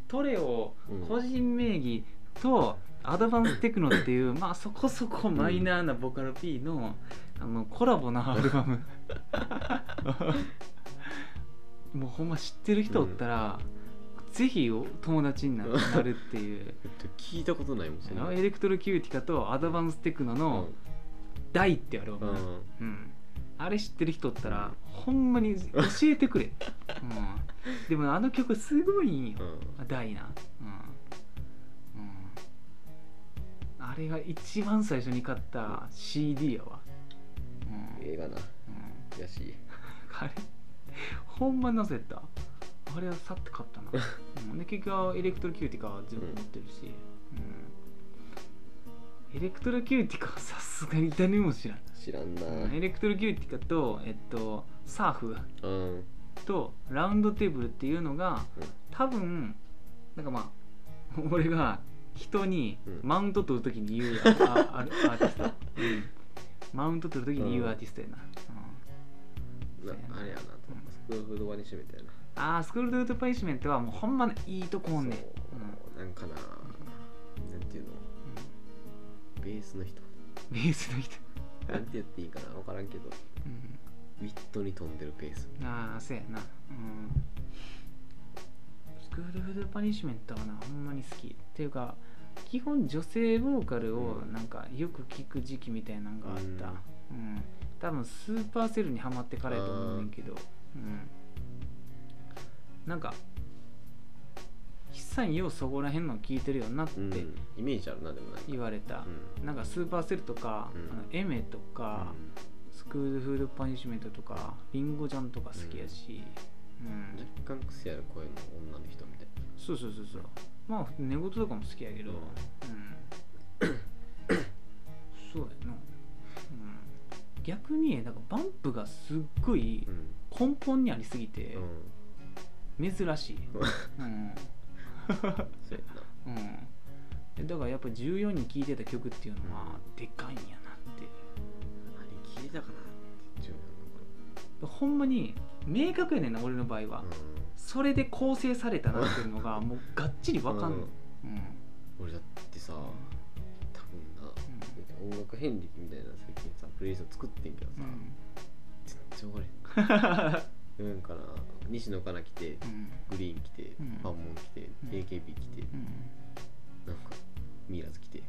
Speaker 2: トレを個人名義とアドバンステクノっていう、まあそこそこマイナーなボカロ P の,、あのコラボなアルバムもうほんま知ってる人おったら、ぜひお友達にななるっていう
Speaker 1: えっと聞いたことないもんそんな
Speaker 2: エレクトロキューティカとアドバンステクノの「大」ってアル
Speaker 1: う
Speaker 2: バ
Speaker 1: ん
Speaker 2: ム、
Speaker 1: うん
Speaker 2: うん、あれ知ってる人おったら、ほんまに教えてくれ、うん、でもあの曲すごいんよ
Speaker 1: うん
Speaker 2: ダイナ、うんうん、あれが一番最初に買った CD やわ、うん
Speaker 1: 映画な
Speaker 2: うん
Speaker 1: やし
Speaker 2: あれほんまなぜったあれはさって買ったな、うん、で結局エレクトロキューティカは全部持ってるし、うんエレクトロキューティカはさすがに誰も知らん
Speaker 1: 知らんな
Speaker 2: エレクトロキューティカと、えっと、サーフ
Speaker 1: うん
Speaker 2: とラウンドテーブルっていうのが
Speaker 1: うん
Speaker 2: 多分なんかまあ 俺が人に
Speaker 1: うん
Speaker 2: マウント取るときに言うあああアーティスト、うんマウント取るときに言うアーティストやな、うん
Speaker 1: なあれやなと思ったスクールフードバニッシュメントやな
Speaker 2: あースクールドゥートパニッシュメントはもうほんまのいいとこおんねん
Speaker 1: そうなんかななんていうのベースの人
Speaker 2: うんベースの人、
Speaker 1: なんて言っていいかな分からんけど
Speaker 2: うん
Speaker 1: ウィットに飛んでるペース
Speaker 2: ああそうやなうんスクールフードパニッシュメントはなほんまに好きっていうか基本女性ボーカルを
Speaker 1: うん
Speaker 2: なんかよく聞く時期みたいなのがあったうん、多分スーパーセルにはまってからやと思うねんけどうんなんか筆算ようそこら辺の聞いてるよなって
Speaker 1: うんイメージあるなでもなんか
Speaker 2: 言われた
Speaker 1: う、ん
Speaker 2: なんかスーパーセルとか、
Speaker 1: うん
Speaker 2: あのエメとか、スクールフードパニッシュメントとかリンゴちゃんとか好きやし、うん
Speaker 1: うん若干癖ある声の女の人みたい
Speaker 2: そうそうそうそうまあ寝言とかも好きやけど、
Speaker 1: う
Speaker 2: うんんそうやな、うん、逆になんかバンプがすっごい
Speaker 1: な
Speaker 2: 根本にありすぎて
Speaker 1: うんう
Speaker 2: 珍
Speaker 1: ん
Speaker 2: しい、うん
Speaker 1: そうやな
Speaker 2: うん、だからやっぱ14人聴いてた曲っていうのはでかいんやなって
Speaker 1: あれ聞いたかなって言っちゃ
Speaker 2: ほんまに明確やねんな俺の場合は、
Speaker 1: うのかな
Speaker 2: それで構成されたなっていうのがもうがっちりわかんない、うん
Speaker 1: うん俺だってさ多分な音楽遍歴みたいな最近さプレイリスト作ってんけどさ全然分か れへんなんかな西野から来てグリーン来て
Speaker 2: うん
Speaker 1: ファンモン来て
Speaker 2: うん
Speaker 1: AKB 来てなんかミイラ ズ来て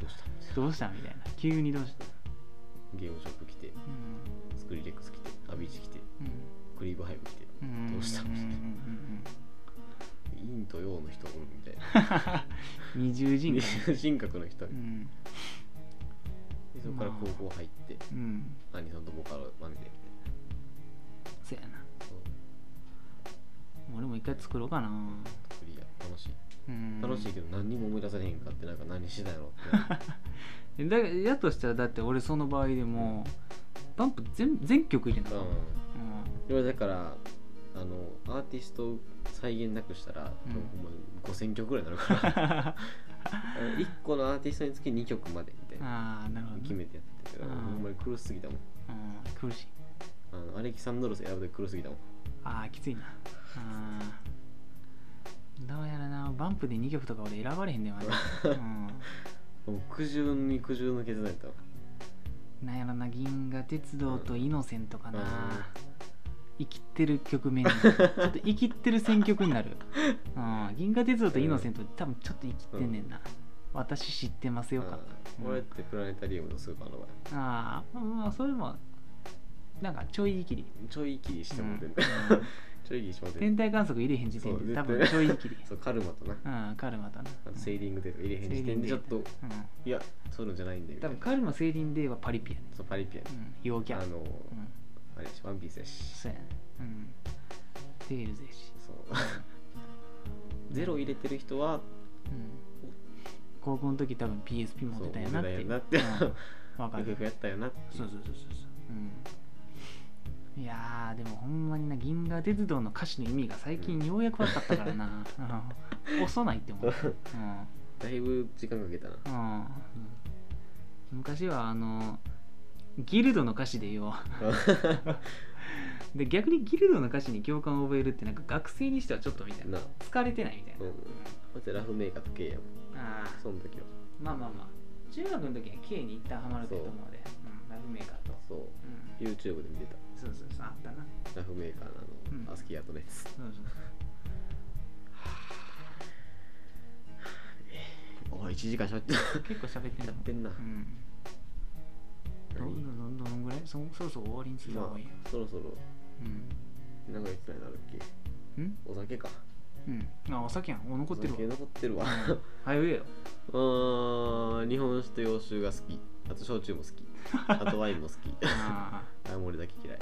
Speaker 1: どうしたんですか
Speaker 2: どうしたみたいな急にどうした、
Speaker 1: ゲームショップ来て
Speaker 2: う
Speaker 1: スクリレックス来てアビーチ来て
Speaker 2: ん
Speaker 1: クリーブハイブ来て
Speaker 2: うん、
Speaker 1: どうした
Speaker 2: うんうん
Speaker 1: 陰と陽の人おるみたいな
Speaker 2: うん二重人格、
Speaker 1: 人格の人
Speaker 2: う
Speaker 1: で
Speaker 2: ん
Speaker 1: そこから高校入って
Speaker 2: うん、
Speaker 1: アニソンとボカロマネで
Speaker 2: そうやな
Speaker 1: そう
Speaker 2: 俺も一回作ろうかな、
Speaker 1: クリア楽しい
Speaker 2: うん、
Speaker 1: 楽しいけど何にも思い出されへんかってなんか何してたんやろってな
Speaker 2: いだやとしたらだって俺その場合でもバンプ全全曲入れな あ
Speaker 1: う
Speaker 2: かん
Speaker 1: んそれはだからあのアーティストを再現なくしたら、
Speaker 2: うん
Speaker 1: 多分ほんまに5000曲ぐらいにな るから1個のアーティストにつき2曲までみたいな
Speaker 2: ああなるほどね、
Speaker 1: 決めてやってたけど
Speaker 2: うん
Speaker 1: ほんまに苦しすぎたもん
Speaker 2: うん、苦しい
Speaker 1: あのアレキサンドロス選ぶとき苦しすぎたもん
Speaker 2: ああきついなあだわやらなバンプで2曲とか俺選ばれへんねんマジで、
Speaker 1: もう苦渋に苦渋の決断やったわ
Speaker 2: うん、なんやろな銀河鉄道とイノセントかな、生きてる局 面ちょっと生きってる選曲になる、うん、銀河鉄道とイノセント多分ちょっと生きてんねんな、私知ってますよか、
Speaker 1: うん俺ってプラネタリウムのスーパーの場合
Speaker 2: ああまあそれもなんかちょいいきり
Speaker 1: ちょい切りしてもうてんね、
Speaker 2: うん
Speaker 1: ちょい切りしてもうてんね
Speaker 2: 天体観測入れへん時点
Speaker 1: そう
Speaker 2: で
Speaker 1: 絶
Speaker 2: 多
Speaker 1: 対
Speaker 2: 分ちょいいきり
Speaker 1: そうカルマとな
Speaker 2: うんカルマだな
Speaker 1: あとセーリングで入れへん時点でちょっといやそういうのじゃないんだ
Speaker 2: うん、
Speaker 1: よ
Speaker 2: 多分カルマセーリンデーはパリピやね、
Speaker 1: そうパリピア
Speaker 2: う
Speaker 1: ね
Speaker 2: ん、陽キャ
Speaker 1: あの
Speaker 2: うん、
Speaker 1: あれやしワンピースやし
Speaker 2: そうやねうんテールズやし、
Speaker 1: そう ゼロ入れてる人は
Speaker 2: うん、高校の時多分 PSP 持っ
Speaker 1: そう
Speaker 2: てたんや
Speaker 1: 問
Speaker 2: なっ
Speaker 1: 題
Speaker 2: て
Speaker 1: やなって
Speaker 2: うんわか
Speaker 1: よく
Speaker 2: る
Speaker 1: よくやったよなって
Speaker 2: そうそうそうそうそう、うん、いやーでもほんまにな「銀河鉄道」の歌詞の意味が最近ようやく分かったからな、うん、遅ないって思う、うん
Speaker 1: だいぶ時間かけたな
Speaker 2: うん、昔はあのギルドの歌詞でよで逆にギルドの歌詞に共感を覚えるってなんか学生にしてはちょっとみたいな
Speaker 1: な
Speaker 2: 疲れてないみたいな、
Speaker 1: うんだってラフメーカーと K やもん
Speaker 2: ああ
Speaker 1: その時は
Speaker 2: まあまあまあ中学の時は K に一旦ハマるけどもで、うん、ラブメーカーと、
Speaker 1: そう
Speaker 2: う
Speaker 1: YouTube で見てた
Speaker 2: ん、そうそうそうあったな
Speaker 1: ラフメーカーのあ
Speaker 2: うん
Speaker 1: のアスキーアートの やつ
Speaker 2: そうそう
Speaker 1: おい1時間しゃってや
Speaker 2: そう結構喋ってんだもん
Speaker 1: ってんな
Speaker 2: うんどんどんどんどんぐらいそそろそろ終わりにする方
Speaker 1: ま
Speaker 2: がいいよ、
Speaker 1: あそろそろ何か言ってないなるっけ
Speaker 2: うんん
Speaker 1: お酒か
Speaker 2: うんあお酒やんお残ってるわ
Speaker 1: お酒残ってるわ
Speaker 2: うんはい上よ
Speaker 1: うーん日本酒と洋酒が好きあと焼酎も好きあとワインも好き
Speaker 2: あー
Speaker 1: あもう俺だけ嫌い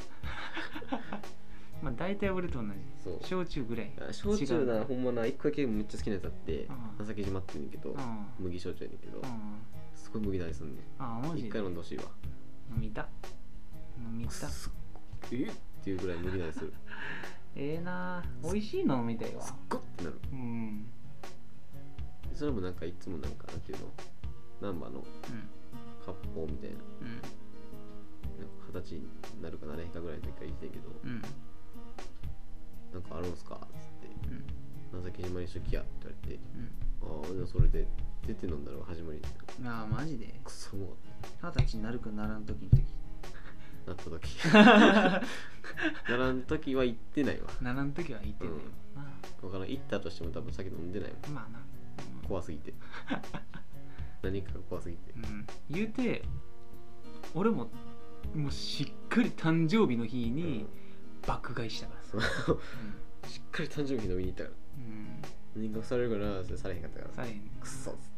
Speaker 2: まあ大体俺と同じ
Speaker 1: そう
Speaker 2: 焼酎ぐらい
Speaker 1: あ焼酎
Speaker 2: 違
Speaker 1: な
Speaker 2: う
Speaker 1: ほんまな一個だけめっちゃ好きなやつあって
Speaker 2: うん
Speaker 1: 情け島って言うねんけど
Speaker 2: うんうん
Speaker 1: 麦焼酎やねんけどすごい麦大すんね
Speaker 2: あマ
Speaker 1: ん
Speaker 2: ジ
Speaker 1: 一
Speaker 2: で
Speaker 1: 回
Speaker 2: 飲
Speaker 1: 飲んでほしいわ
Speaker 2: みた飲みた
Speaker 1: すっごいえっていうぐらい麦 大する
Speaker 2: ええな美味しいの飲みたいわ
Speaker 1: すっごいってなる
Speaker 2: うんうん
Speaker 1: それもなんかいつもなんかなんていうの難波の割烹みたいな
Speaker 2: うん
Speaker 1: なんか形になるかなれへんかぐらいの時から言ってんけど
Speaker 2: うん
Speaker 1: なんかあるんすかっつって
Speaker 2: うん
Speaker 1: 情け島にしときやって言われて
Speaker 2: うん
Speaker 1: ああでもそれで出て飲んだのが始まりに
Speaker 2: ああマジで
Speaker 1: クソも
Speaker 2: 二十歳になるかならん時の時
Speaker 1: なった時 ならん時は行ってないわ
Speaker 2: ならん時は言ってんだよ、まあ
Speaker 1: 分からん行ったとしても多分酒飲んでないもん
Speaker 2: まあな、
Speaker 1: 怖す ぎて何かが怖すぎて
Speaker 2: うんうん、言うて俺ももうしっかり誕生日の日に爆買いしたからさ、
Speaker 1: しっかり誕生日飲みに行ったから
Speaker 2: うんうん
Speaker 1: 人間されるからそれされへんかったから
Speaker 2: されへん
Speaker 1: くっそっつって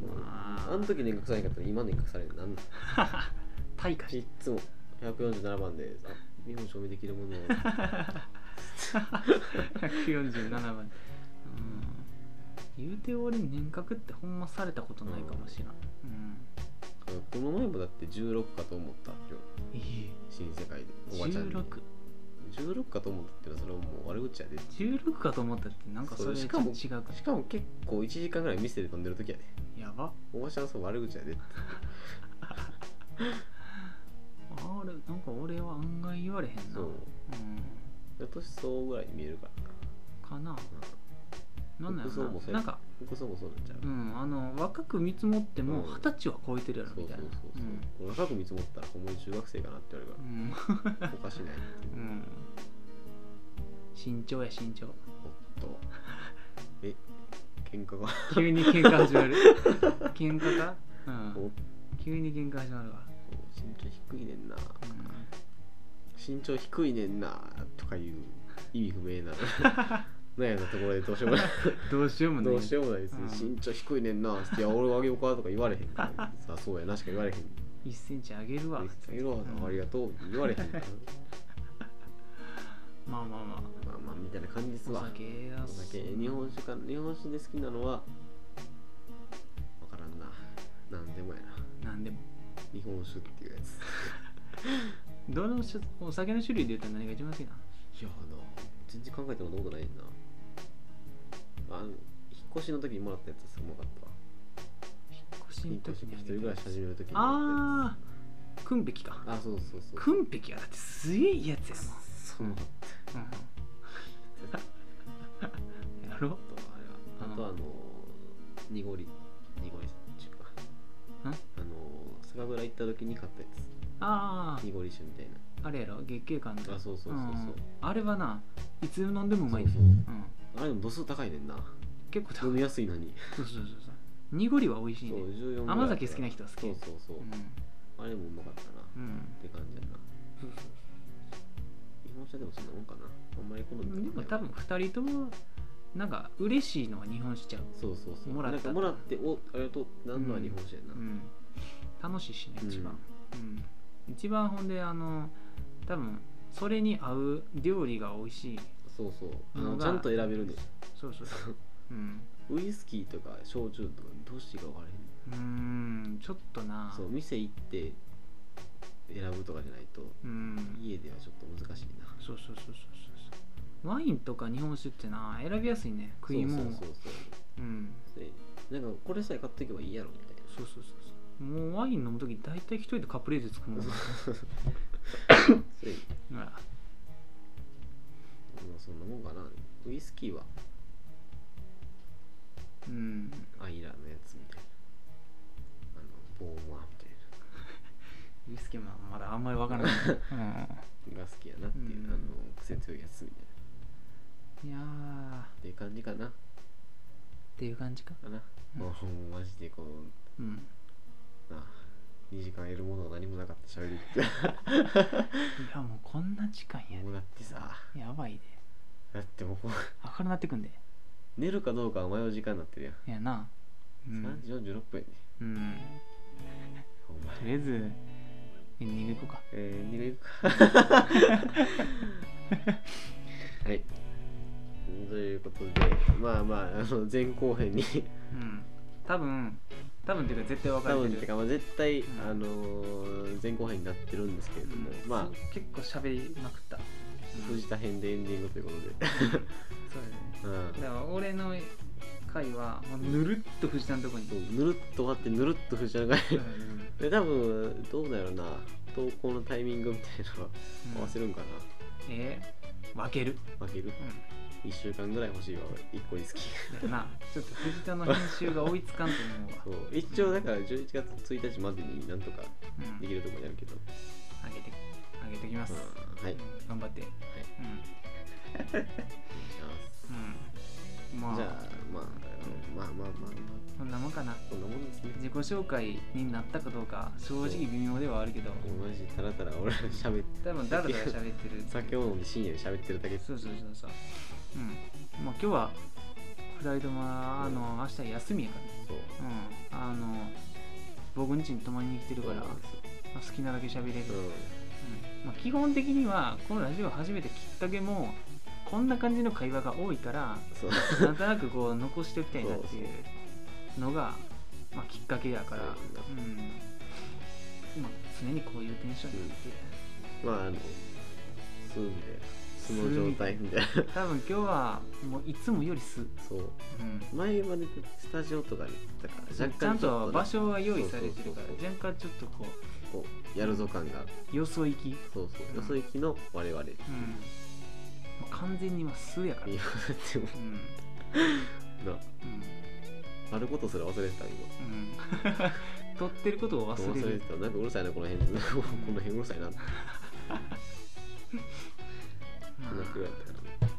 Speaker 2: う
Speaker 1: もう
Speaker 2: まあ
Speaker 1: あの時年賀されへんかったら今年賀されるのなんなん
Speaker 2: ん退化し
Speaker 1: いっつも147番であ日本証明できるものを
Speaker 2: た147番うん言うて俺年賀ってほんまされたことないかもしれない、うん
Speaker 1: この前もだって16かと思った今
Speaker 2: え
Speaker 1: 日新世界で
Speaker 2: え
Speaker 1: おばちゃんに
Speaker 2: 16
Speaker 1: 16かと思ったってのはそれはもう悪口やで
Speaker 2: 16かと思ったってなんかそ
Speaker 1: そ
Speaker 2: れ
Speaker 1: う
Speaker 2: ちょ
Speaker 1: し
Speaker 2: っと違
Speaker 1: かも
Speaker 2: うか
Speaker 1: しかも結構1時間ぐらい店で飲んでる時やで
Speaker 2: やば
Speaker 1: おばちゃんはそう悪口やでって
Speaker 2: あれなんか俺は案外言われへんな
Speaker 1: そう年相応ぐらいに見えるから
Speaker 2: ん、かななんだろ
Speaker 1: 服装も
Speaker 2: う
Speaker 1: そ
Speaker 2: な
Speaker 1: う
Speaker 2: なん
Speaker 1: や
Speaker 2: か、
Speaker 1: 服装もそうなんちゃう、
Speaker 2: うん、あの若く見積もっても
Speaker 1: うん
Speaker 2: 二十歳は超えてるやろ
Speaker 1: そう
Speaker 2: み
Speaker 1: そ
Speaker 2: たい
Speaker 1: うそ
Speaker 2: な
Speaker 1: うそう、若く見積もったらほんまに中学生かなって言わ
Speaker 2: う
Speaker 1: れ
Speaker 2: ん
Speaker 1: るから、おかしない
Speaker 2: うんうん慎重や慎重
Speaker 1: おっとえ喧 嘩が
Speaker 2: 急に喧嘩始ま る喧嘩か、う
Speaker 1: お
Speaker 2: ん、急に喧嘩始まるわ、
Speaker 1: 身長低いねんな
Speaker 2: うん
Speaker 1: 身長低いねんなとかいう意味不明ななんやなところでどうしようもない
Speaker 2: どうしようもない
Speaker 1: どうしようもないですね、
Speaker 2: うん
Speaker 1: 身長低いねんな「いや俺はあげようか」とか言われへんから、ね、さあそうやなしか言われへん
Speaker 2: 1センチ上げるわ
Speaker 1: 「いろありがとう」言われへんから
Speaker 2: まあまあま
Speaker 1: まあまあみたいな感じです
Speaker 2: あお
Speaker 1: わ
Speaker 2: 酒や
Speaker 1: お酒日本酒か日本酒で好きなのは分からんな何でもやな
Speaker 2: なんでも
Speaker 1: 日本酒っていうやつ
Speaker 2: どのしお酒の種類で言うと何が一番好きない
Speaker 1: やな全然考えても飲んだことないなあの引っ越しの時にもらったやつすごかったわ
Speaker 2: 引っ越し
Speaker 1: 引
Speaker 2: の
Speaker 1: っ
Speaker 2: 時
Speaker 1: 越し
Speaker 2: に
Speaker 1: 一
Speaker 2: あ
Speaker 1: 人
Speaker 2: げ
Speaker 1: 暮
Speaker 2: た
Speaker 1: らし始める時にもらったや
Speaker 2: ああくんべきか
Speaker 1: つあそうそうそう
Speaker 2: くんべきはだってすげえいいやつや
Speaker 1: そう
Speaker 2: もん、うん、ろ
Speaker 1: とあれはあとあの濁り濁りさんっていうか
Speaker 2: ん
Speaker 1: あのスカブラ行った時に買ったや
Speaker 2: あ
Speaker 1: つ濁り酒みたい
Speaker 2: ああれやろ月桂冠
Speaker 1: な
Speaker 2: の
Speaker 1: あそうそうそうそう、
Speaker 2: ん、あれはないつ飲んでもうまいね、
Speaker 1: そうそうんあれでも度数高いねんな
Speaker 2: 結構高い
Speaker 1: 飲みやすいのに
Speaker 2: そうそうそうそう濁りは美味 しい
Speaker 1: そう
Speaker 2: ね
Speaker 1: 14ぐらい
Speaker 2: 甘酒好きな人は好き
Speaker 1: そうそうそう、
Speaker 2: う
Speaker 1: あれもうまかったな、
Speaker 2: ん、うん、
Speaker 1: って感じやな
Speaker 2: そうそう
Speaker 1: 日本茶でもそんなもんかなあんまり好み
Speaker 2: でも多分2人ともなんか嬉しいのは日本しちゃう、
Speaker 1: そうそうそう
Speaker 2: もらった
Speaker 1: なんかもらっておありがとうなんのは日本酒やな、
Speaker 2: うん、楽しいしね
Speaker 1: うん
Speaker 2: 一番、うん一番ほんであの多分それに合う料理が美味しい
Speaker 1: そうそうあの
Speaker 2: のが
Speaker 1: ちゃんと選べるね
Speaker 2: そうそうそううん
Speaker 1: ウイスキーとか焼酎とかどうしていいか分から
Speaker 2: う
Speaker 1: へん
Speaker 2: ーんちょっとな
Speaker 1: そう店行って選ぶとかじゃないと
Speaker 2: うん
Speaker 1: 家ではちょっと難しいな
Speaker 2: そうそうそうそうそうそうワインとか日本酒ってな選びやすいね食い物
Speaker 1: そうそうそう
Speaker 2: うん
Speaker 1: そうでなんかこれさえ買っていけばいいやろみたいな
Speaker 2: そうそうそうそうもうワイン飲む時大体一人でカプレーゼ作 るもん
Speaker 1: そう
Speaker 2: ほ
Speaker 1: や
Speaker 2: ら
Speaker 1: まあそんなもんかなウイスキーは
Speaker 2: うん
Speaker 1: アイラのやつみたいなあのボーマーみたいな
Speaker 2: ウイスキーもまだあんまりわからない、
Speaker 1: が好きやなってい
Speaker 2: う
Speaker 1: う、
Speaker 2: ん
Speaker 1: あの癖強いやつみたいな
Speaker 2: うん、いやーっ
Speaker 1: っていう感じかな
Speaker 2: ていう感じか
Speaker 1: かな、
Speaker 2: うん
Speaker 1: もうマジでこう
Speaker 2: うん
Speaker 1: な2時間いるものが何もなかったしゃべりっ て
Speaker 2: いやもうこんな時間や
Speaker 1: もうだってさ
Speaker 2: でやばいで
Speaker 1: だってもう
Speaker 2: 明るなってくんで
Speaker 1: 寝るかどうかは迷う時間になってるやん、
Speaker 2: いやなうん
Speaker 1: 3、時46分やね
Speaker 2: うん、
Speaker 1: お前
Speaker 2: とりあえずエンディングいこうか
Speaker 1: えー、2行 くかはいということでまあまああの前後編に
Speaker 2: うん多分多分っていうか絶対分か
Speaker 1: 多
Speaker 2: れ
Speaker 1: 分
Speaker 2: て
Speaker 1: て
Speaker 2: る
Speaker 1: か、まあ、絶対、
Speaker 2: うん
Speaker 1: あのー前後編になってるんですけれども、
Speaker 2: うん
Speaker 1: まあ
Speaker 2: そう結構喋りまくった、うん
Speaker 1: 藤田編でエンディングということで
Speaker 2: そうだね
Speaker 1: うん
Speaker 2: だから俺の回はもうぬるっと藤田のとこに
Speaker 1: そうぬるっと終わってぬるっと藤田が
Speaker 2: うんうん
Speaker 1: で多分どうだろうな投稿のタイミングみたいなのは合わせるんか
Speaker 2: えー分ける、
Speaker 1: な負ける
Speaker 2: う
Speaker 1: 1週間ぐらい欲しいわ俺1個に好き
Speaker 2: ん、だからなちょっと藤田の編集が追いつかんと思
Speaker 1: そう
Speaker 2: わ、
Speaker 1: う一応だから11月1日までになんとか
Speaker 2: うん、
Speaker 1: できるとこやるけど、
Speaker 2: 上げて上げてきます、
Speaker 1: うん、はい
Speaker 2: うん頑張って、うんうん、まあ
Speaker 1: じゃあまああのまあまあまあまあ
Speaker 2: そんなもんかな
Speaker 1: こんなもんですね
Speaker 2: 自己紹介になったかどうか正直微妙ではあるけど
Speaker 1: マジたらたら俺ら喋って
Speaker 2: 多分だらだら喋って る
Speaker 1: 酒を飲んで深夜に喋ってるだけ
Speaker 2: そうそうそうそううんまあ今日は2人ともあの明日休みやからね
Speaker 1: そう
Speaker 2: うんあの僕ん家に泊まりに来てるから、まあ、好きなだけ喋れる、
Speaker 1: う
Speaker 2: うん
Speaker 1: ん
Speaker 2: まあ、基本的にはこのラジオを始めたきっかけもこんな感じの会話が多い から
Speaker 1: そう
Speaker 2: なんとなくこう残しておきたいなっていうのが、まあ、きっかけだから、
Speaker 1: そうや
Speaker 2: うんまあ、常にこういうテンションになって、
Speaker 1: まああの住んで素の状態みたいな
Speaker 2: 多分今日はもういつもよりす、う
Speaker 1: そ
Speaker 2: ん、
Speaker 1: う前までスタジオとかに行ったから若
Speaker 2: ちゃ
Speaker 1: 干
Speaker 2: ん
Speaker 1: ちょっ
Speaker 2: と場所が用意されてるか
Speaker 1: そうそうそうそ
Speaker 2: ら若干ちょっとこ
Speaker 1: こうやるぞ感がある
Speaker 2: うよそ行き、うん
Speaker 1: そうそう、
Speaker 2: うん
Speaker 1: よそ行きの我々
Speaker 2: まあ、完全に今すやから、
Speaker 1: 言われても
Speaker 2: うんうん
Speaker 1: なあることすら忘れてた今
Speaker 2: うん 撮ってることを忘れる
Speaker 1: 忘れてたなんかうるさいなこの辺この辺うるさいなって
Speaker 2: ま
Speaker 1: なくらいだったから
Speaker 2: あ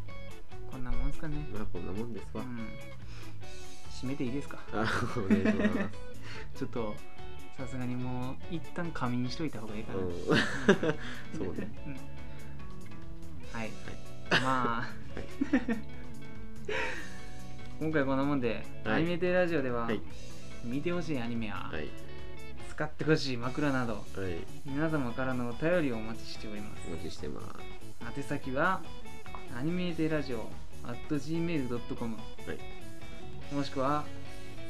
Speaker 2: こんなもんですかね、
Speaker 1: まあこんなもんです
Speaker 2: う
Speaker 1: わ、
Speaker 2: ん、締めていいですか
Speaker 1: あのお願いします
Speaker 2: ちょっとさすがにもう一旦仮眠しといた方 がいいかな、
Speaker 1: うんそうね
Speaker 2: うんはい、まあ、 今回こんなもんで、
Speaker 1: はい
Speaker 2: アニメテラジオでは、
Speaker 1: はい
Speaker 2: 見てほしいアニメや、
Speaker 1: はい
Speaker 2: 使ってほしい枕など
Speaker 1: はい
Speaker 2: 皆様からのお便りをお待ちしておりま
Speaker 1: お待ちしてます
Speaker 2: す宛先はアニメテラジオ at gmail.com
Speaker 1: はい
Speaker 2: もしくは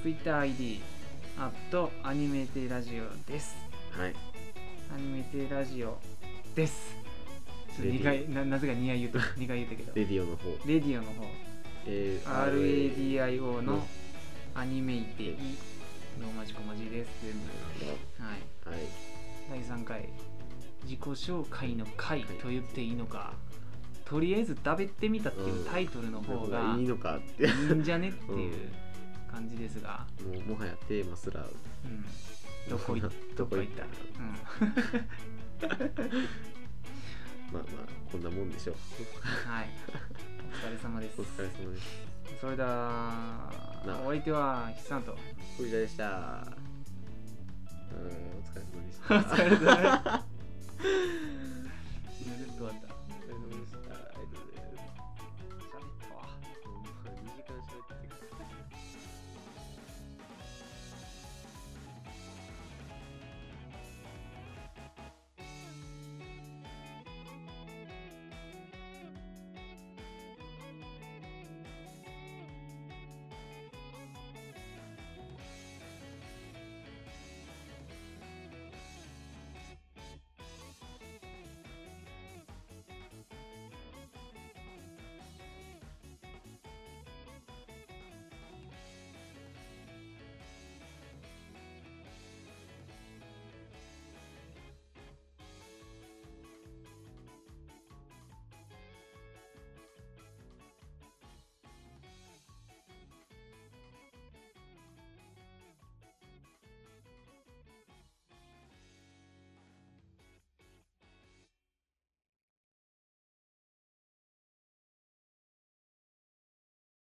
Speaker 2: TwitterID アットアニメテラジオです
Speaker 1: はい
Speaker 2: アニメテラジオです。ちょっと
Speaker 1: レディ
Speaker 2: 二回ななぜか2回言う と二回言ったけど。
Speaker 1: レディオの方
Speaker 2: レディオの方、
Speaker 1: えー
Speaker 2: RADIO
Speaker 1: うん
Speaker 2: のアニメイテイローマ字小文字です。全部はい。
Speaker 1: はい
Speaker 2: 第3回自己紹介の回と言っていいのか、とりあえず食べてみたっていうタイトルの方が
Speaker 1: いい
Speaker 2: い
Speaker 1: のかって
Speaker 2: いんじゃねっていう感じですが、
Speaker 1: もうもはやテーマすら
Speaker 2: うん、 どこいどこ行った、うん、
Speaker 1: まあまあこんなもんでしょう
Speaker 2: はいお疲れ様です
Speaker 1: お疲れ様です
Speaker 2: それでは
Speaker 1: な
Speaker 2: お相手は筆算 と
Speaker 1: 藤田でしたうんお疲れ様でし
Speaker 2: お
Speaker 1: た
Speaker 2: 疲れ様です